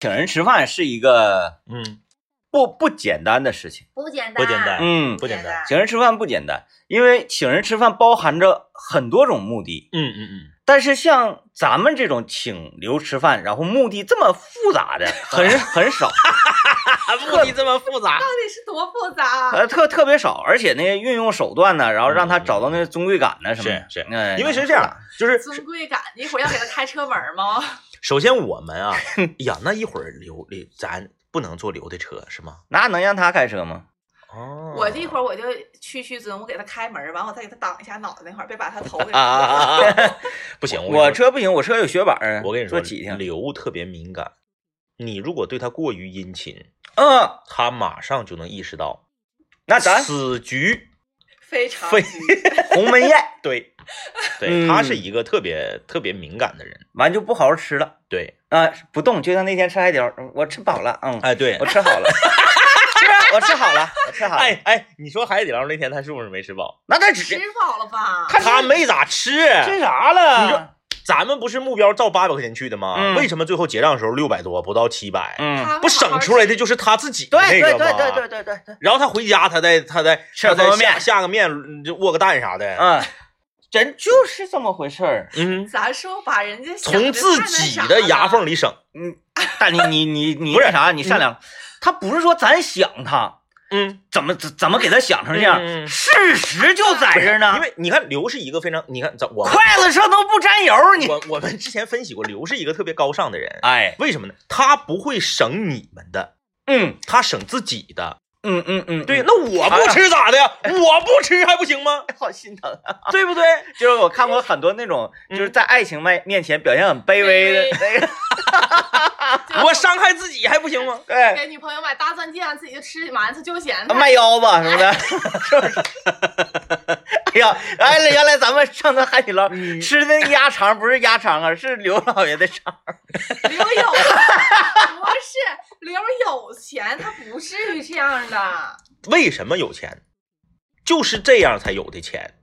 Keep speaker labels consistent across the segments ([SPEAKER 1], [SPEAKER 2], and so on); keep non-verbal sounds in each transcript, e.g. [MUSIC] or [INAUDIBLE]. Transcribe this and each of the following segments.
[SPEAKER 1] 请人吃饭是一个
[SPEAKER 2] 嗯，
[SPEAKER 1] 不不简单的事情。
[SPEAKER 3] 不简单，
[SPEAKER 2] 不简单
[SPEAKER 1] 嗯，
[SPEAKER 2] 不简单
[SPEAKER 1] 请人吃饭不简单，因为请人吃饭包含着很多种目的。
[SPEAKER 2] 嗯嗯嗯，
[SPEAKER 1] 但是像咱们这种请刘吃饭，然后目的这么复杂的，很
[SPEAKER 2] [LAUGHS]
[SPEAKER 1] 很少，
[SPEAKER 2] 啊，目的这么复杂
[SPEAKER 3] 到，底是多复杂？啊
[SPEAKER 1] 呃，特特别少，而且呢，运用手段呢，然后让他找到那个尊贵感呢什么的。
[SPEAKER 2] 是是
[SPEAKER 1] 哎
[SPEAKER 2] 因为是这样，就是
[SPEAKER 3] 尊贵感，你一会儿要给他开车门吗？
[SPEAKER 2] [LAUGHS] [LAUGHS] 首先我们啊， [LAUGHS] 哎呀，那一会儿刘刘咱不能坐刘的车是吗？
[SPEAKER 1] 那能让他开车吗？
[SPEAKER 2] 哦
[SPEAKER 3] 我这一会儿我就屈屈尊，我给他开门，完我再给他挡一下脑袋那块儿，别把他头给
[SPEAKER 2] 啊啊
[SPEAKER 3] 磕
[SPEAKER 2] 啊
[SPEAKER 1] [LAUGHS]
[SPEAKER 2] 啊啊！不行，
[SPEAKER 1] 我
[SPEAKER 2] 跟你说
[SPEAKER 1] 车不行，我车有雪板儿
[SPEAKER 2] 我跟你
[SPEAKER 1] 坐
[SPEAKER 2] 说，
[SPEAKER 1] 几天。
[SPEAKER 2] 刘特别敏感，你如果对他过于殷勤，
[SPEAKER 1] 嗯，
[SPEAKER 2] 他马上就能意识到
[SPEAKER 1] 那咱
[SPEAKER 2] 此局
[SPEAKER 3] 非常
[SPEAKER 2] 非 [LAUGHS]
[SPEAKER 1] 鸿门宴
[SPEAKER 2] 对，对
[SPEAKER 1] 嗯
[SPEAKER 2] 他是一个特别特别敏感的人，
[SPEAKER 1] 完就不好好吃了
[SPEAKER 2] 对，
[SPEAKER 1] 啊、不动。就像那天吃海底捞，嗯我吃饱了，嗯，
[SPEAKER 2] 哎对
[SPEAKER 1] 我，吃 [LAUGHS] 好了，是不是？我吃好了，我吃好了。
[SPEAKER 2] 哎哎，你说海底捞那天他是不是没吃饱？
[SPEAKER 1] 那他
[SPEAKER 3] 吃
[SPEAKER 1] 只
[SPEAKER 3] 饱了吧？
[SPEAKER 1] 他
[SPEAKER 2] 他没咋吃，
[SPEAKER 1] 吃啥了？
[SPEAKER 2] 你说咱们不是目标照八百块钱去的吗？
[SPEAKER 1] 嗯
[SPEAKER 2] 为什么最后结账的时候六百多不到七百、
[SPEAKER 1] 嗯，
[SPEAKER 3] 他
[SPEAKER 2] 不省出来的就是他自己的那
[SPEAKER 1] 对对
[SPEAKER 2] 个吗？
[SPEAKER 1] 对对对对对对，
[SPEAKER 2] 然后他回家，他再他再
[SPEAKER 1] 吃
[SPEAKER 2] 他再
[SPEAKER 1] 方便
[SPEAKER 2] 下
[SPEAKER 1] 面
[SPEAKER 2] 下个面，嗯就握个蛋啥的。
[SPEAKER 1] 嗯，真就是这么回事儿。
[SPEAKER 2] 嗯，
[SPEAKER 3] 咱说把人家想
[SPEAKER 2] 从
[SPEAKER 3] 得
[SPEAKER 2] 自
[SPEAKER 3] 太那
[SPEAKER 2] 己
[SPEAKER 3] 啥
[SPEAKER 2] 的
[SPEAKER 3] 了
[SPEAKER 2] 牙缝里省。
[SPEAKER 1] 嗯， [LAUGHS] 但你你 [LAUGHS] 你你
[SPEAKER 2] 不是
[SPEAKER 1] 那啥，你善良，嗯他不是说咱想他
[SPEAKER 2] 嗯，
[SPEAKER 1] 怎么怎么给他想成这样，
[SPEAKER 2] 嗯嗯嗯
[SPEAKER 1] 事实就在这儿呢
[SPEAKER 2] 嗯因。为你看刘是一个非常，你看咱我们
[SPEAKER 1] 筷子上都不沾油，你
[SPEAKER 2] 我我们之前分析过，刘是一个特别高尚的人。
[SPEAKER 1] 哎，
[SPEAKER 2] 为什么呢？他不会省你们的，
[SPEAKER 1] 嗯
[SPEAKER 2] 他省自己的。
[SPEAKER 1] 嗯嗯嗯，
[SPEAKER 2] 对，，那我不吃咋的 [LAUGHS] 呀？我不吃还不行吗？
[SPEAKER 1] 好心疼啊。
[SPEAKER 2] 对不对？
[SPEAKER 1] 就是我看过很多那种，
[SPEAKER 2] 嗯
[SPEAKER 1] 就是在爱情面面前表现很卑微的那个，
[SPEAKER 3] 就
[SPEAKER 2] 我伤害自己还不行吗？
[SPEAKER 1] 对，
[SPEAKER 3] 给女朋友买大钻戒，啊自己就吃馒头就
[SPEAKER 2] 啊
[SPEAKER 3] 咸菜。
[SPEAKER 1] 卖腰子什么的，是 [LAUGHS] 不是？哎呀，哎，原来咱们上次海底捞
[SPEAKER 2] 嗯
[SPEAKER 1] 吃的那鸭肠不是鸭肠啊，是刘老爷的
[SPEAKER 2] [LAUGHS]
[SPEAKER 1] 肠。
[SPEAKER 3] 刘有 [LAUGHS] 不是刘有钱，他不至于这样的。
[SPEAKER 2] 为什么有钱？就是这样才有的钱。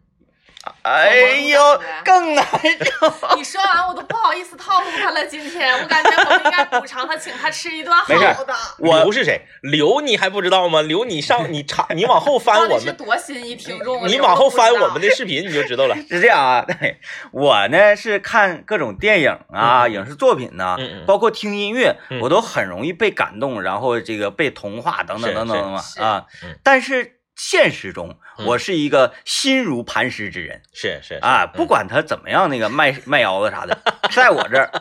[SPEAKER 1] 哎呦，更难 [LAUGHS] 受。
[SPEAKER 3] [LAUGHS] 你说完我都不好意思套路他了。今天我感觉我们应该补偿他，请他吃一顿
[SPEAKER 1] 没事
[SPEAKER 3] 好的。
[SPEAKER 1] 我
[SPEAKER 2] 刘是谁？刘你还不知道吗？刘你
[SPEAKER 1] [LAUGHS]
[SPEAKER 2] 上你查你往后
[SPEAKER 3] 到
[SPEAKER 2] 翻
[SPEAKER 3] 底
[SPEAKER 2] 我
[SPEAKER 3] 是
[SPEAKER 2] 们，
[SPEAKER 3] 多新一听众啊，
[SPEAKER 2] 你
[SPEAKER 3] 刘
[SPEAKER 2] 往
[SPEAKER 3] 都
[SPEAKER 2] 后
[SPEAKER 3] 不知
[SPEAKER 2] 翻
[SPEAKER 3] 道
[SPEAKER 2] 我们的视频你就知道
[SPEAKER 3] [LAUGHS]
[SPEAKER 2] 了。
[SPEAKER 1] 是这样啊， [LAUGHS] 对我呢是看各种电影啊、影视作品呐，
[SPEAKER 2] 嗯嗯嗯
[SPEAKER 1] 包括听音乐，
[SPEAKER 2] 嗯
[SPEAKER 1] 我都很容易被感动，然后这个被同化等等
[SPEAKER 2] 是
[SPEAKER 1] 等等等等
[SPEAKER 3] 是
[SPEAKER 1] 啊
[SPEAKER 2] 嗯。
[SPEAKER 1] 但是现实中，
[SPEAKER 2] 嗯
[SPEAKER 1] 我是一个心如磐石之人
[SPEAKER 2] 是 [LAUGHS] 是
[SPEAKER 1] 啊，不管他怎么样，那个卖卖腰子啥的，在我这儿。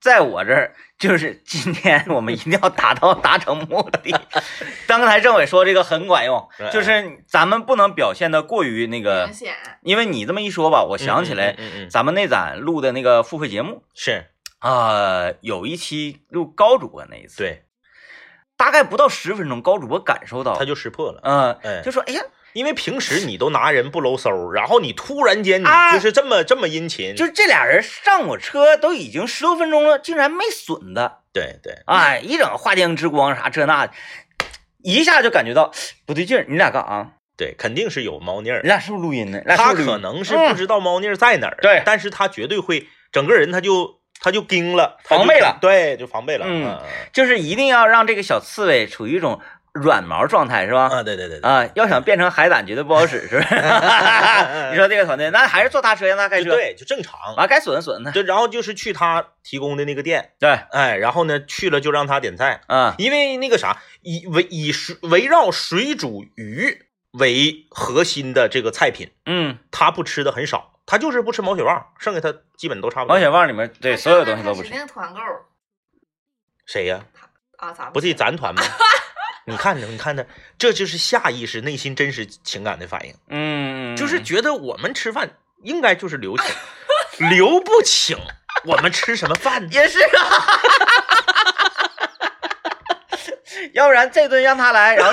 [SPEAKER 1] 在我这儿，就是今天我们一定要达到达成目的。刚才政委说这个很管用，就是咱们不能表现的过于那个
[SPEAKER 3] 明显
[SPEAKER 1] 因为你这么一说吧，我想起来
[SPEAKER 2] 嗯嗯嗯嗯嗯
[SPEAKER 1] 咱们那咱录的那个付费节目
[SPEAKER 2] 是
[SPEAKER 1] 啊、有一期录高主播那一次，，
[SPEAKER 2] 对，
[SPEAKER 1] 大概不到十分钟，高主播感受到，
[SPEAKER 2] 他就识破了。
[SPEAKER 1] 嗯、
[SPEAKER 2] 哎
[SPEAKER 1] 就说哎呀，
[SPEAKER 2] 因为平时你都拿人不搂搜，然后你突然间你
[SPEAKER 1] 啊
[SPEAKER 2] 就是这么这么殷勤，
[SPEAKER 1] 就这俩人上我车都已经十多分钟了，竟然没损的，
[SPEAKER 2] 对对，
[SPEAKER 1] 哎，一整画江之光啥这那的，一下就感觉到不对劲儿，你俩干啥？
[SPEAKER 2] 对，肯定是有猫腻
[SPEAKER 1] 你
[SPEAKER 2] 儿。
[SPEAKER 1] 俩是不是录音呢？你俩
[SPEAKER 2] 他
[SPEAKER 1] 是不是录
[SPEAKER 2] 可
[SPEAKER 1] 音嗯
[SPEAKER 2] 能是不知道猫腻儿在哪儿，
[SPEAKER 1] 对
[SPEAKER 2] 但是他绝对会整个人他就他就惊了，他就
[SPEAKER 1] 防备了
[SPEAKER 2] 对，就防备了。
[SPEAKER 1] 嗯
[SPEAKER 2] 嗯
[SPEAKER 1] 就是一定要让这个小刺猬处于一种软毛状态，是吧？
[SPEAKER 2] 嗯啊，对对对对，
[SPEAKER 1] 啊，要想变成海胆，绝对不好使，是不
[SPEAKER 2] [LAUGHS]
[SPEAKER 1] 是？你说这个团队，那还是坐他车，让他开
[SPEAKER 2] 就
[SPEAKER 1] 车，啊
[SPEAKER 2] 对，就正常。
[SPEAKER 1] 完该损损他。
[SPEAKER 2] 就然后就是去他提供的那个店，
[SPEAKER 1] 对，
[SPEAKER 2] 哎，然后呢去了就让他点菜，
[SPEAKER 1] 嗯
[SPEAKER 2] 因为那个啥，以围以水围绕水煮鱼为核心的这个菜品，
[SPEAKER 1] 嗯，
[SPEAKER 2] 他不吃的很少，他就是不吃毛血旺，剩下他基本都差不多。
[SPEAKER 1] 毛血旺里面对
[SPEAKER 3] 他
[SPEAKER 1] 所有东
[SPEAKER 3] 刚才
[SPEAKER 1] 西
[SPEAKER 3] 他
[SPEAKER 1] 都不
[SPEAKER 3] 指
[SPEAKER 1] 吃。
[SPEAKER 3] 定团购
[SPEAKER 2] 谁呀、
[SPEAKER 3] 啊，咱们
[SPEAKER 2] 不是咱团吗？ [LAUGHS] 你看着，你看着，这就是下意识、内心真实情感的反应，
[SPEAKER 1] 嗯，
[SPEAKER 2] 就是觉得我们吃饭应该就是刘 [LAUGHS] 请，刘不请，我们吃什么饭呢？
[SPEAKER 1] 也是啊，要不然这顿让他来，然 [LAUGHS] 后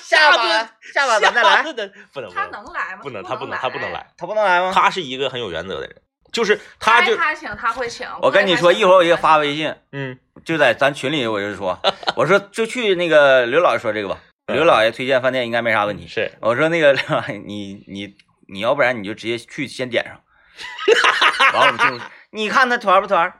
[SPEAKER 1] 下把 [LAUGHS] 下把咱再来，
[SPEAKER 2] 对对， [LAUGHS] 不能不
[SPEAKER 3] 他
[SPEAKER 2] 能
[SPEAKER 3] 能来吗？
[SPEAKER 2] 不能，
[SPEAKER 3] 他
[SPEAKER 2] 他不能，他不能
[SPEAKER 3] 来。
[SPEAKER 2] 来，
[SPEAKER 1] 他不能来吗？
[SPEAKER 2] 他是一个很有原则的人，就是他
[SPEAKER 3] 该
[SPEAKER 2] 就
[SPEAKER 3] 他请他会请。
[SPEAKER 1] 我跟你说，一会儿我给你发微信，
[SPEAKER 2] 嗯
[SPEAKER 1] 就在咱群里，我就 [LAUGHS] 说，我说就去那个刘老爷说这个吧，刘老爷推荐饭店应该没啥问题。
[SPEAKER 2] 是
[SPEAKER 1] 我说那个 [LAUGHS] [LAUGHS] 你你你要不然你就直接去先点上，完了我们进屋你看他团不团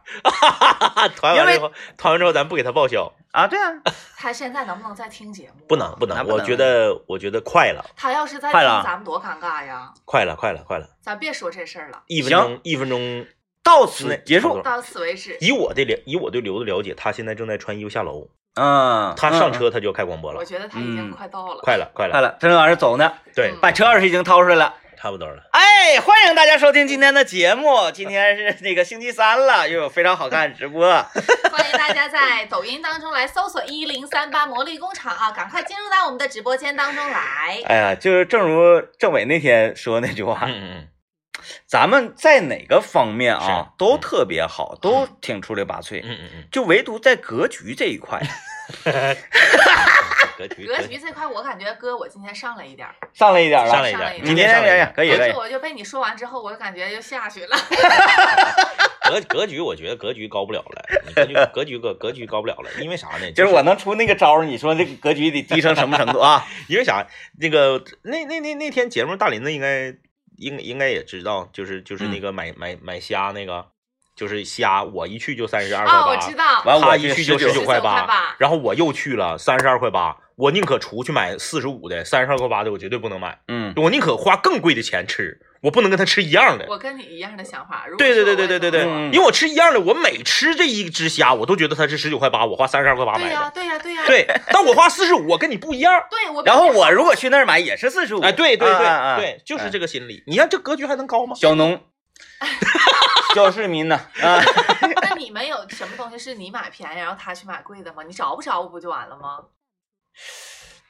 [SPEAKER 2] [LAUGHS] 团完了以后，团完之后咱不给他报销，
[SPEAKER 1] 啊？对啊，
[SPEAKER 3] 他现在能不能再听节目？
[SPEAKER 2] 不能不
[SPEAKER 1] 那
[SPEAKER 2] 能，
[SPEAKER 1] 不能
[SPEAKER 2] 我觉得我觉得快了，
[SPEAKER 3] 他要是再听
[SPEAKER 1] 快了啊
[SPEAKER 3] 咱们多尴尬呀！
[SPEAKER 2] 快了，快了，快了，
[SPEAKER 3] 咱别说这事儿了，
[SPEAKER 2] 一分
[SPEAKER 1] 行
[SPEAKER 2] 钟一分钟
[SPEAKER 1] 到此结
[SPEAKER 2] 差不
[SPEAKER 1] 束
[SPEAKER 2] 多。
[SPEAKER 3] 到此为止。
[SPEAKER 2] 以我的了，以我对刘的了解，他现在正在穿衣服下楼，
[SPEAKER 1] 嗯，
[SPEAKER 2] 他
[SPEAKER 1] 嗯，
[SPEAKER 2] 上车他就要开广播了
[SPEAKER 3] 我，觉得他已
[SPEAKER 1] 嗯
[SPEAKER 3] 经快到了，
[SPEAKER 2] 快了，快
[SPEAKER 1] 嗯快
[SPEAKER 2] 了，
[SPEAKER 1] 了，正往这走呢，
[SPEAKER 2] 对，
[SPEAKER 3] 嗯
[SPEAKER 1] 把车钥匙已经掏出来了。
[SPEAKER 2] 差不多了，
[SPEAKER 1] 哎，欢迎大家收听今天的节
[SPEAKER 2] [LAUGHS]
[SPEAKER 1] 目。今天是那个星期三了，又有非常好看的直播。
[SPEAKER 3] [LAUGHS] 欢迎大家在抖音当中来搜索一零三八魔力工厂啊，赶快进入到我们的直播间当中来。
[SPEAKER 1] 哎呀，就是正如政委那天说那句话，
[SPEAKER 2] 嗯嗯
[SPEAKER 1] 咱们在哪个方面啊
[SPEAKER 2] 是
[SPEAKER 1] 都特别好，都挺出类拔萃，
[SPEAKER 2] 嗯嗯嗯
[SPEAKER 1] 就唯独在格局这一块
[SPEAKER 2] 嗯，格局
[SPEAKER 3] 格局这块，我感觉哥我今天上来一点儿，
[SPEAKER 1] 上来一点
[SPEAKER 2] 上
[SPEAKER 1] 了。
[SPEAKER 2] 来一
[SPEAKER 3] 上来一
[SPEAKER 2] 点，
[SPEAKER 3] 点
[SPEAKER 1] 你
[SPEAKER 2] 今
[SPEAKER 1] 别
[SPEAKER 2] 天上
[SPEAKER 1] 别
[SPEAKER 2] 来一
[SPEAKER 1] 别，
[SPEAKER 2] 点
[SPEAKER 1] 哎可以可
[SPEAKER 3] 但
[SPEAKER 1] 以
[SPEAKER 3] 是。我就被你说完之后，我就感觉又下去了。
[SPEAKER 2] 格格局我觉得格局高不了了，你格局格局格格局高不了了，因为啥呢？
[SPEAKER 1] [LAUGHS] 就是
[SPEAKER 2] 是
[SPEAKER 1] 我能出那个招儿，你说这个格局得低成什么程度
[SPEAKER 2] [LAUGHS]
[SPEAKER 1] 啊？
[SPEAKER 2] 因为啥？那个那那那那天节目大林子应该应应该也知道，就是就是
[SPEAKER 1] 嗯
[SPEAKER 2] 那个买、买买虾那个，就是虾，我一去就三十二块
[SPEAKER 3] 啊，我
[SPEAKER 2] 八，
[SPEAKER 3] 知道，
[SPEAKER 1] 完我
[SPEAKER 2] 他一去就
[SPEAKER 1] 19
[SPEAKER 2] 19块
[SPEAKER 3] 块八
[SPEAKER 2] 然后我又去了三十二块八，我宁可出去买四十五的，三十二块八的我绝对不能买，
[SPEAKER 1] 嗯，
[SPEAKER 2] 我宁可花更贵的钱吃，我不能跟他吃一样的。
[SPEAKER 3] 我跟你一样的想法。如果
[SPEAKER 2] 对对对
[SPEAKER 3] 是
[SPEAKER 2] 对
[SPEAKER 3] 我
[SPEAKER 2] 对对
[SPEAKER 3] 我
[SPEAKER 2] 对
[SPEAKER 3] 也，
[SPEAKER 1] 嗯
[SPEAKER 2] 因为我吃一样的，我每吃这一只虾，我都觉得它是十九块八，我花三十二块八
[SPEAKER 3] 对
[SPEAKER 2] 买
[SPEAKER 3] 呀
[SPEAKER 2] 的。
[SPEAKER 3] 对呀对呀，
[SPEAKER 2] 对，但我花四十五，我跟你不一样。
[SPEAKER 3] 对我
[SPEAKER 1] 然后我如果去那儿买也是四十五。
[SPEAKER 2] 哎，对对
[SPEAKER 1] 啊啊啊
[SPEAKER 2] 对对，就是这个心理。你看这格局还能高吗？
[SPEAKER 1] 小
[SPEAKER 2] [LAUGHS]
[SPEAKER 1] 农，小市民呐啊，
[SPEAKER 3] 那你们有什么东西是你买便宜，然后他去买贵的吗？你找不着不就完了吗？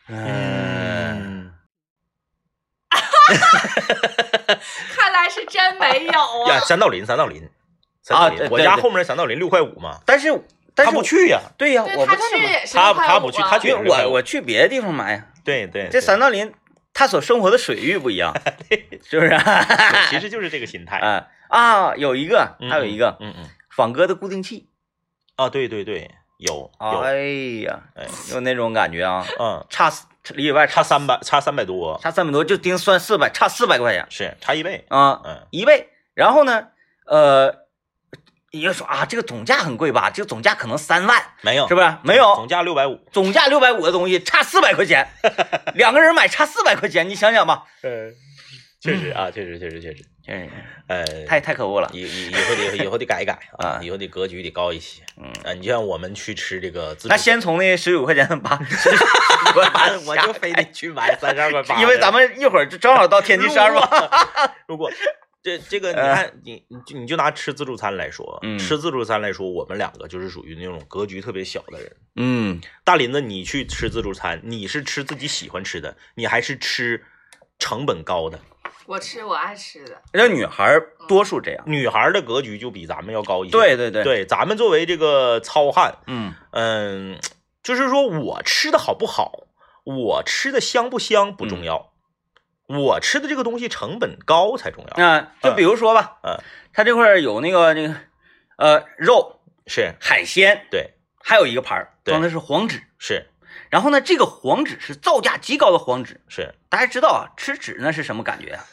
[SPEAKER 1] 嗯，，
[SPEAKER 3] 看来是真没有
[SPEAKER 2] 哎 [LAUGHS] 呀，
[SPEAKER 3] 啊。
[SPEAKER 2] 三道林，三道林，三
[SPEAKER 1] 啊
[SPEAKER 2] 道
[SPEAKER 1] 对
[SPEAKER 2] 林，
[SPEAKER 1] 对
[SPEAKER 2] 我家
[SPEAKER 1] 对
[SPEAKER 2] 后面三道林六块五嘛，
[SPEAKER 1] 但是但
[SPEAKER 2] 他
[SPEAKER 1] 是
[SPEAKER 2] 不，去呀。
[SPEAKER 1] 对呀，
[SPEAKER 3] 对
[SPEAKER 1] 我不
[SPEAKER 3] 他
[SPEAKER 1] 去
[SPEAKER 3] 去
[SPEAKER 1] 嘛，
[SPEAKER 3] 也是
[SPEAKER 2] 他
[SPEAKER 3] 六块
[SPEAKER 2] 他
[SPEAKER 3] 五
[SPEAKER 2] 不去
[SPEAKER 3] 啊
[SPEAKER 2] 他去
[SPEAKER 1] 因为我我去别的地方买呀。
[SPEAKER 2] 对对，
[SPEAKER 1] 这
[SPEAKER 2] 对
[SPEAKER 1] 三道林他所生活的水域不一
[SPEAKER 2] [LAUGHS]
[SPEAKER 1] 样，是不是？ [LAUGHS]
[SPEAKER 2] 对其实就是这个心态。
[SPEAKER 1] 啊啊，有一个，
[SPEAKER 2] 嗯
[SPEAKER 1] 还有一个
[SPEAKER 2] 嗯嗯，嗯
[SPEAKER 1] 仿哥的固定器。
[SPEAKER 2] 啊，对对对，有有，
[SPEAKER 1] 哎呀，
[SPEAKER 2] 哎，
[SPEAKER 1] 有那种感觉啊，
[SPEAKER 2] 嗯，
[SPEAKER 1] 差四里里外差
[SPEAKER 2] 差三百，差三百多，
[SPEAKER 1] 差三百多，就盯算四百，差四百块钱
[SPEAKER 2] 是差一倍。
[SPEAKER 1] 啊，
[SPEAKER 2] 嗯，
[SPEAKER 1] 一倍。然后呢，呃，也说啊，这个总价很贵吧？这个总价可能三万，
[SPEAKER 2] 没有，
[SPEAKER 1] 是不
[SPEAKER 2] 是？
[SPEAKER 1] 是？没有
[SPEAKER 2] 哦总，价六百五。
[SPEAKER 1] 总价六百五的东西差四百块 [LAUGHS] 钱，两个人买差四百块钱，你想想吧，
[SPEAKER 2] 嗯，确实啊，确实确实确实，
[SPEAKER 1] 真是
[SPEAKER 2] 呃，
[SPEAKER 1] 太太可恶了。
[SPEAKER 2] 以以以后得以后得改一改啊
[SPEAKER 1] 啊，
[SPEAKER 2] 以后得格局得高一些。
[SPEAKER 1] 嗯
[SPEAKER 2] 啊，你就像我们去吃这个自助
[SPEAKER 1] 那先从那十九块钱把， [LAUGHS] 我
[SPEAKER 2] [LAUGHS] 我就非得去买三十二块八，
[SPEAKER 1] 因为
[SPEAKER 2] [LAUGHS]
[SPEAKER 1] 咱们一会儿就正好到天
[SPEAKER 2] 如
[SPEAKER 1] 梯
[SPEAKER 2] 果
[SPEAKER 1] 山 [LAUGHS] 嘛。。嗯
[SPEAKER 2] [LAUGHS] 如果这这个你看，你你就你就拿吃自助餐来说，
[SPEAKER 1] 嗯
[SPEAKER 2] 吃自助餐来说，我们两个就是属于那种格局特别小的人。
[SPEAKER 1] 嗯，
[SPEAKER 2] 大林子，你去吃自助餐，你是吃自己喜欢吃的，你还是吃成本高的？
[SPEAKER 3] 我吃我爱吃的，
[SPEAKER 1] 这女孩儿多数这样。
[SPEAKER 2] 女孩儿的格局就比咱们要高一
[SPEAKER 1] 嗯
[SPEAKER 2] 些。
[SPEAKER 1] 对对对，
[SPEAKER 2] 对，咱们作为这个糙汉，
[SPEAKER 1] 嗯
[SPEAKER 2] 嗯，就是说我吃的好不好，我吃的香不香不
[SPEAKER 1] 嗯
[SPEAKER 2] 重要，我吃的这个东西成本高才重要。
[SPEAKER 1] 啊，就比如说吧，
[SPEAKER 2] 嗯，
[SPEAKER 1] 他这块儿有那个那个呃肉、
[SPEAKER 2] 是，
[SPEAKER 1] 海鲜，
[SPEAKER 2] 对，
[SPEAKER 1] 还有一个盘儿
[SPEAKER 2] 对
[SPEAKER 1] 装的是黄纸。
[SPEAKER 2] 是，
[SPEAKER 1] 然后呢，这个黄纸是造价极高的黄纸，
[SPEAKER 2] 是，
[SPEAKER 1] 大家知道啊，吃纸那是什么感觉啊？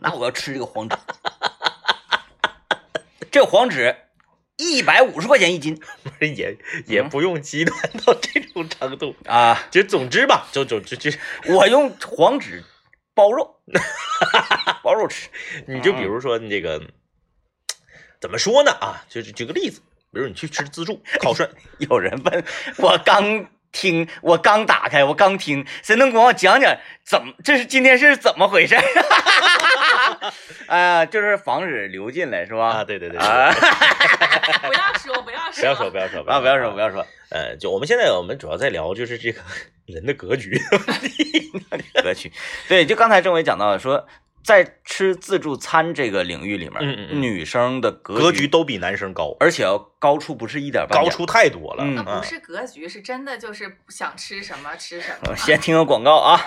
[SPEAKER 1] 那我要吃这个黄纸， [LAUGHS] 这黄纸一百五十块钱一斤
[SPEAKER 2] 不是也也
[SPEAKER 1] 嗯
[SPEAKER 2] 不用极端到这种程度。
[SPEAKER 1] 啊！
[SPEAKER 2] 就总之吧，就总之就
[SPEAKER 1] 我用黄纸包肉， [LAUGHS] 包肉吃。
[SPEAKER 2] 你就比
[SPEAKER 1] 嗯
[SPEAKER 2] 如说你这个，怎么说呢啊？就是举个例子，比如你去吃自
[SPEAKER 1] [LAUGHS]
[SPEAKER 2] 助烤涮，
[SPEAKER 1] 有人问我刚听，我刚打开，我刚听，谁能给我讲讲怎么这是今天是怎么回 [LAUGHS] 事？啊，就是防止流进来是吧？
[SPEAKER 2] 啊，对对对，
[SPEAKER 1] 啊，
[SPEAKER 3] 哎不要说不要说，
[SPEAKER 2] 不要说不要说
[SPEAKER 1] 啊，不要说不
[SPEAKER 2] 要，
[SPEAKER 1] 要说，
[SPEAKER 2] 呃，就我们现在我们主要在聊就是这个人的格局，
[SPEAKER 1] [LAUGHS] 我去，对，就刚才政委讲到说，在吃自助餐这个领域里面，
[SPEAKER 2] 嗯嗯嗯
[SPEAKER 1] 女生的格
[SPEAKER 2] 格局都比男生高。
[SPEAKER 1] 而且要高出不是一点半
[SPEAKER 2] 高
[SPEAKER 1] 点。
[SPEAKER 2] 出太多了。
[SPEAKER 1] 嗯
[SPEAKER 3] 那
[SPEAKER 2] 啊
[SPEAKER 3] 不是格局，是真的就是想吃什么吃什么
[SPEAKER 1] 我。呃先听个广告啊，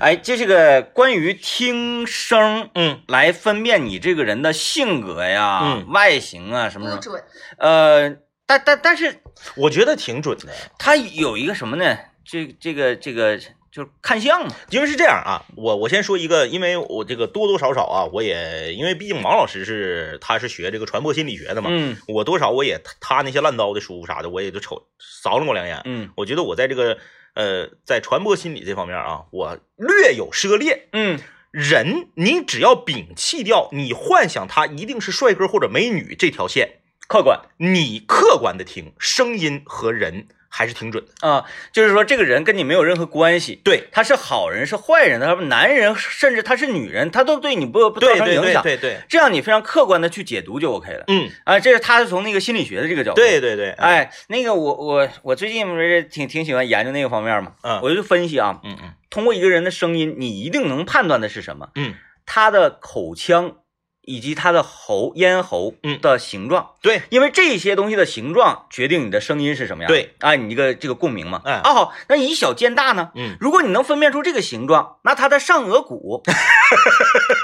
[SPEAKER 1] 哎，就这个关于听声，
[SPEAKER 2] 嗯，
[SPEAKER 1] 来分辨你这个人的性格呀、
[SPEAKER 2] 嗯
[SPEAKER 1] 外形啊什么
[SPEAKER 3] 不
[SPEAKER 1] 什么。
[SPEAKER 3] 准，
[SPEAKER 1] 呃，但但但是
[SPEAKER 2] 我觉得挺准的。
[SPEAKER 1] 它有一个什么呢？这这个这个就是看相嘛。
[SPEAKER 2] 因为是这样啊，我我先说一个，因为我这个多多少少啊，我也因为毕竟王老师是他是学这个传播心理学的嘛，
[SPEAKER 1] 嗯
[SPEAKER 2] 我多少我也他那些烂糟的书啥的，我也就瞅扫了我两眼。
[SPEAKER 1] 嗯
[SPEAKER 2] 我觉得我在这个呃在传播心理这方面啊，我略有涉猎。
[SPEAKER 1] 嗯，
[SPEAKER 2] 人，你只要摒弃掉你幻想他一定是帅哥或者美女这条线，
[SPEAKER 1] 客观
[SPEAKER 2] 你客观的听声音和人还是挺准的。
[SPEAKER 1] 啊，就是说这个人跟你没有任何关系，
[SPEAKER 2] 对，
[SPEAKER 1] 他是好人是坏人，他是男人甚至他是女人，他都对你不不造
[SPEAKER 2] 对
[SPEAKER 1] 成
[SPEAKER 2] 对
[SPEAKER 1] 影
[SPEAKER 2] 对
[SPEAKER 1] 响。
[SPEAKER 2] 对对，
[SPEAKER 1] 这样你非常客观的去解读就 OK 了。
[SPEAKER 2] 嗯，
[SPEAKER 1] 啊，这是他是从那个心理学的这个角度。
[SPEAKER 2] 对对对，
[SPEAKER 1] 哎，那个我我我最近不是挺挺喜欢研究那个方面嘛，
[SPEAKER 2] 嗯
[SPEAKER 1] 我就分析啊，
[SPEAKER 2] 嗯嗯
[SPEAKER 1] 通过一个人的声音，你一定能判断的是什么，
[SPEAKER 2] 嗯，
[SPEAKER 1] 他的口腔以及他的喉咽喉
[SPEAKER 2] 嗯
[SPEAKER 1] 的形状，
[SPEAKER 2] 对，
[SPEAKER 1] 因为这些东西的形状决定你的声音是什么样的，
[SPEAKER 2] 对，
[SPEAKER 1] 啊，你这个这个共鸣嘛，
[SPEAKER 2] 哎
[SPEAKER 1] 啊好，那以小见大呢？
[SPEAKER 2] 嗯
[SPEAKER 1] 如果你能分辨出这个形状，那他的上颚
[SPEAKER 2] [LAUGHS]
[SPEAKER 1] 骨，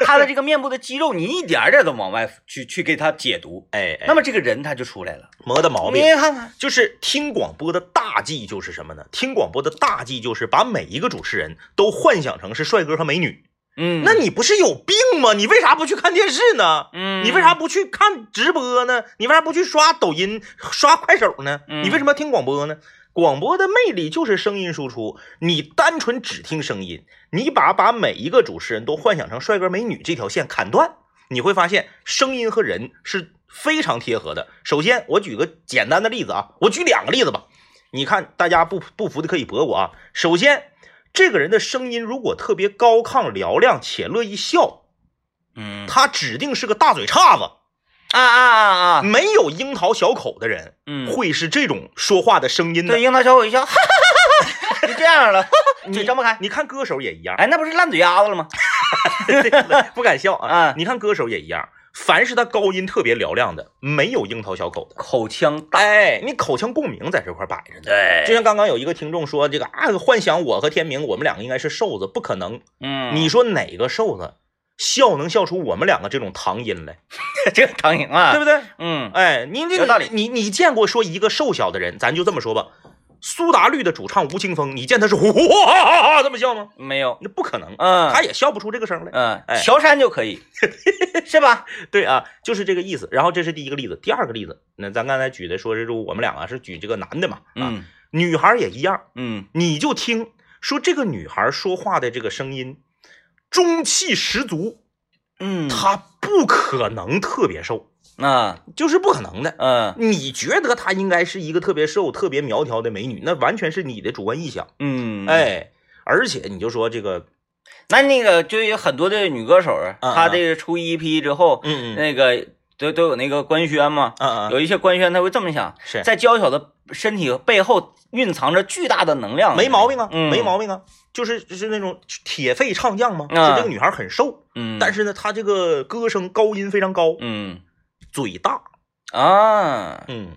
[SPEAKER 1] 他的这个面部的肌肉，你一点儿点的往外去去给他解读，
[SPEAKER 2] 哎，哎
[SPEAKER 1] 那么这个人他就出来了。
[SPEAKER 2] 磨的毛病
[SPEAKER 1] 你看看，
[SPEAKER 2] 就是听广播的大忌就是什么呢？听广播的大忌就是把每一个主持人都幻想成是帅哥和美女。
[SPEAKER 1] 嗯，
[SPEAKER 2] 那你不是有病吗？你为啥不去看电视呢？
[SPEAKER 1] 嗯，
[SPEAKER 2] 你为啥不去看直播呢？你为啥不去刷抖音、刷快手呢？
[SPEAKER 1] 嗯
[SPEAKER 2] 你为什么要听广播呢？广播的魅力就是声音输出，你单纯只听声音，你把把每一个主持人都幻想成帅哥美女这条线砍断，你会发现声音和人是非常贴合的。首先，我举个简单的例子啊，我举两个例子吧，你看大家不不服的可以驳我啊。首先，这个人的声音如果特别高亢嘹亮且乐意笑，
[SPEAKER 1] 嗯
[SPEAKER 2] 他指定是个大嘴叉子。
[SPEAKER 1] 啊啊啊啊，
[SPEAKER 2] 没有樱桃小口的人
[SPEAKER 1] 嗯，
[SPEAKER 2] 会是这种说话的声音的
[SPEAKER 1] 对，。樱桃小口一笑， [LAUGHS] 哈哈哈哈，就这样了，嘴张不开。
[SPEAKER 2] 你看歌手也一样，
[SPEAKER 1] [LAUGHS] 哎，那不是烂嘴丫子了吗？
[SPEAKER 2] [LAUGHS] 不敢笑
[SPEAKER 1] 啊
[SPEAKER 2] 啊。你看歌手也一样，凡是他高音特别嘹亮的，没有樱桃小口的。
[SPEAKER 1] 口腔大，
[SPEAKER 2] 哎，你口腔共鸣在这块摆着呢。就
[SPEAKER 1] 对，
[SPEAKER 2] 像刚刚有一个听众说，这个啊，幻想我和天明，我们两个应该是瘦子，不可能。
[SPEAKER 1] 嗯，
[SPEAKER 2] 你说哪个瘦子笑能笑出我们两个这种糖音来，
[SPEAKER 1] [LAUGHS] 这个唐颖啊，
[SPEAKER 2] 对
[SPEAKER 1] 不
[SPEAKER 2] 不对？
[SPEAKER 1] 嗯，
[SPEAKER 2] 哎，你这
[SPEAKER 1] 有道理
[SPEAKER 2] 你你见过说一个瘦小的人，咱就这么说吧，苏打绿的主唱吴青峰，你见他是呼呼哈哈哈哈这么笑吗？
[SPEAKER 1] 没有，
[SPEAKER 2] 那不可能，
[SPEAKER 1] 嗯，
[SPEAKER 2] 他也笑不出这个声来。
[SPEAKER 1] 嗯，
[SPEAKER 2] 哎
[SPEAKER 1] 乔杉就可
[SPEAKER 2] [LAUGHS]
[SPEAKER 1] 以，是吧？
[SPEAKER 2] 对啊，就是这个意思。然后这是第一个例子，第二个例子，那咱刚才举的说是说我们俩啊是举这个男的嘛，啊，
[SPEAKER 1] 嗯
[SPEAKER 2] 女孩也一样，
[SPEAKER 1] 嗯，
[SPEAKER 2] 你就听说这个女孩说话的这个声音，中气十足，
[SPEAKER 1] 嗯，
[SPEAKER 2] 她不可能特别瘦，
[SPEAKER 1] 啊，
[SPEAKER 2] 就是不可能的。
[SPEAKER 1] 嗯
[SPEAKER 2] 你觉得她应该是一个特别瘦、特别苗条的美女，那完全是你的主观臆想。
[SPEAKER 1] 嗯，，
[SPEAKER 2] 哎，而且你就说这个，
[SPEAKER 1] 那那个就有很多的女歌手，
[SPEAKER 2] 嗯
[SPEAKER 1] 她这个出一批之后，
[SPEAKER 2] 嗯嗯
[SPEAKER 1] 那个都都有那个官宣嘛，
[SPEAKER 2] 啊啊，
[SPEAKER 1] 有一些官宣他会这么想，
[SPEAKER 2] 是
[SPEAKER 1] 在娇小的身体背后蕴藏着巨大的能量，
[SPEAKER 2] 没毛病啊，
[SPEAKER 1] 嗯
[SPEAKER 2] 没毛病啊，就是就是那种铁肺唱将嘛，
[SPEAKER 1] 啊
[SPEAKER 2] 说这个女孩很瘦，
[SPEAKER 1] 嗯，
[SPEAKER 2] 但
[SPEAKER 1] 是
[SPEAKER 2] 是呢，她这个歌声高音非常高，
[SPEAKER 1] 嗯
[SPEAKER 2] 嘴大，
[SPEAKER 1] 啊，
[SPEAKER 2] 嗯，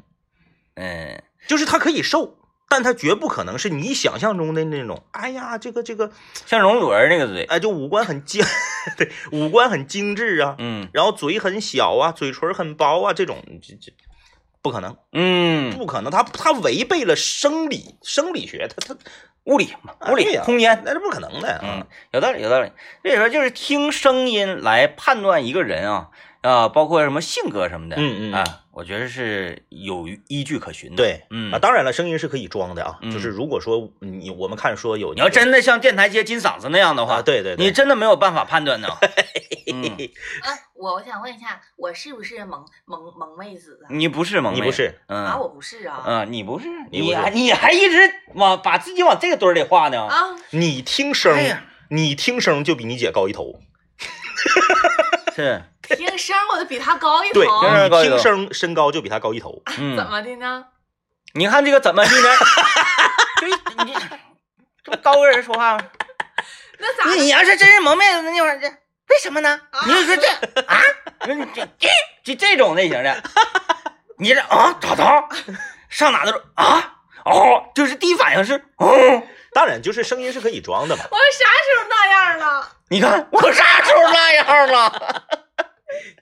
[SPEAKER 1] 嗯
[SPEAKER 2] 就是她可以瘦。但她绝不可能是你想象中的那种，哎呀，这个这个，
[SPEAKER 1] 像容祖儿那个嘴，
[SPEAKER 2] 哎，就五官很精， [LAUGHS] 对，五官很精致啊，
[SPEAKER 1] 嗯
[SPEAKER 2] 然后嘴很小啊，嘴唇很薄啊，这种这这不可能，
[SPEAKER 1] 嗯，
[SPEAKER 2] 不可能，他他违背了生理生理学，他他
[SPEAKER 1] 物理嘛，
[SPEAKER 2] 哎
[SPEAKER 1] 物理
[SPEAKER 2] 对呀
[SPEAKER 1] 空间，
[SPEAKER 2] 那是不可能的啊
[SPEAKER 1] 嗯。，有道理有道理。所以说就是听声音来判断一个人啊啊，包括什么性格什么的，
[SPEAKER 2] 嗯嗯
[SPEAKER 1] 啊，我觉得是有依据可循的。，
[SPEAKER 2] 对，
[SPEAKER 1] 嗯
[SPEAKER 2] 啊，当然了，声音是可以装的啊，
[SPEAKER 1] 嗯
[SPEAKER 2] 就是如果说你我们看说有
[SPEAKER 1] 你要
[SPEAKER 2] 这个
[SPEAKER 1] 真的像电台街金嗓子那样的话，
[SPEAKER 2] 啊，对对对，
[SPEAKER 1] 你真的没有办法判
[SPEAKER 2] [LAUGHS]
[SPEAKER 1] 断呢。嗯
[SPEAKER 3] 哎，我我想问一下，我是不是萌萌萌妹子啊？
[SPEAKER 1] 你不是萌妹，
[SPEAKER 2] 你不是
[SPEAKER 1] 嗯
[SPEAKER 3] 啊，我不是啊。
[SPEAKER 1] 嗯，你不是，
[SPEAKER 2] 你不
[SPEAKER 1] 你
[SPEAKER 2] 是
[SPEAKER 1] 还你还一直往把自己往这个堆儿里画呢？
[SPEAKER 3] 啊，
[SPEAKER 2] 你听声
[SPEAKER 1] 哎呀，
[SPEAKER 2] 你听声就比你姐高一头，
[SPEAKER 3] 啊
[SPEAKER 1] 是，
[SPEAKER 3] 听声我都比她高一头
[SPEAKER 2] 对，，
[SPEAKER 1] 真是高
[SPEAKER 2] 你
[SPEAKER 1] 一头
[SPEAKER 2] 听声身高就比她高一头，
[SPEAKER 3] 怎
[SPEAKER 1] 嗯，
[SPEAKER 3] 么的呢？
[SPEAKER 1] 你看这个怎么地呢？就是你这不高个人说话
[SPEAKER 3] [LAUGHS]
[SPEAKER 1] 吗？
[SPEAKER 3] 那咋？，
[SPEAKER 1] 你要是真是萌妹子，那会儿这为什么呢？你就说这啊，你说这这这这种类型的，你这啊，咋的？上哪都是啊。哦，就是第一反应是，哦，
[SPEAKER 2] 当然就是声音是可以装的嘛
[SPEAKER 3] 我啥时候那样了？
[SPEAKER 1] 你看我啥时候那样 [LAUGHS] 了？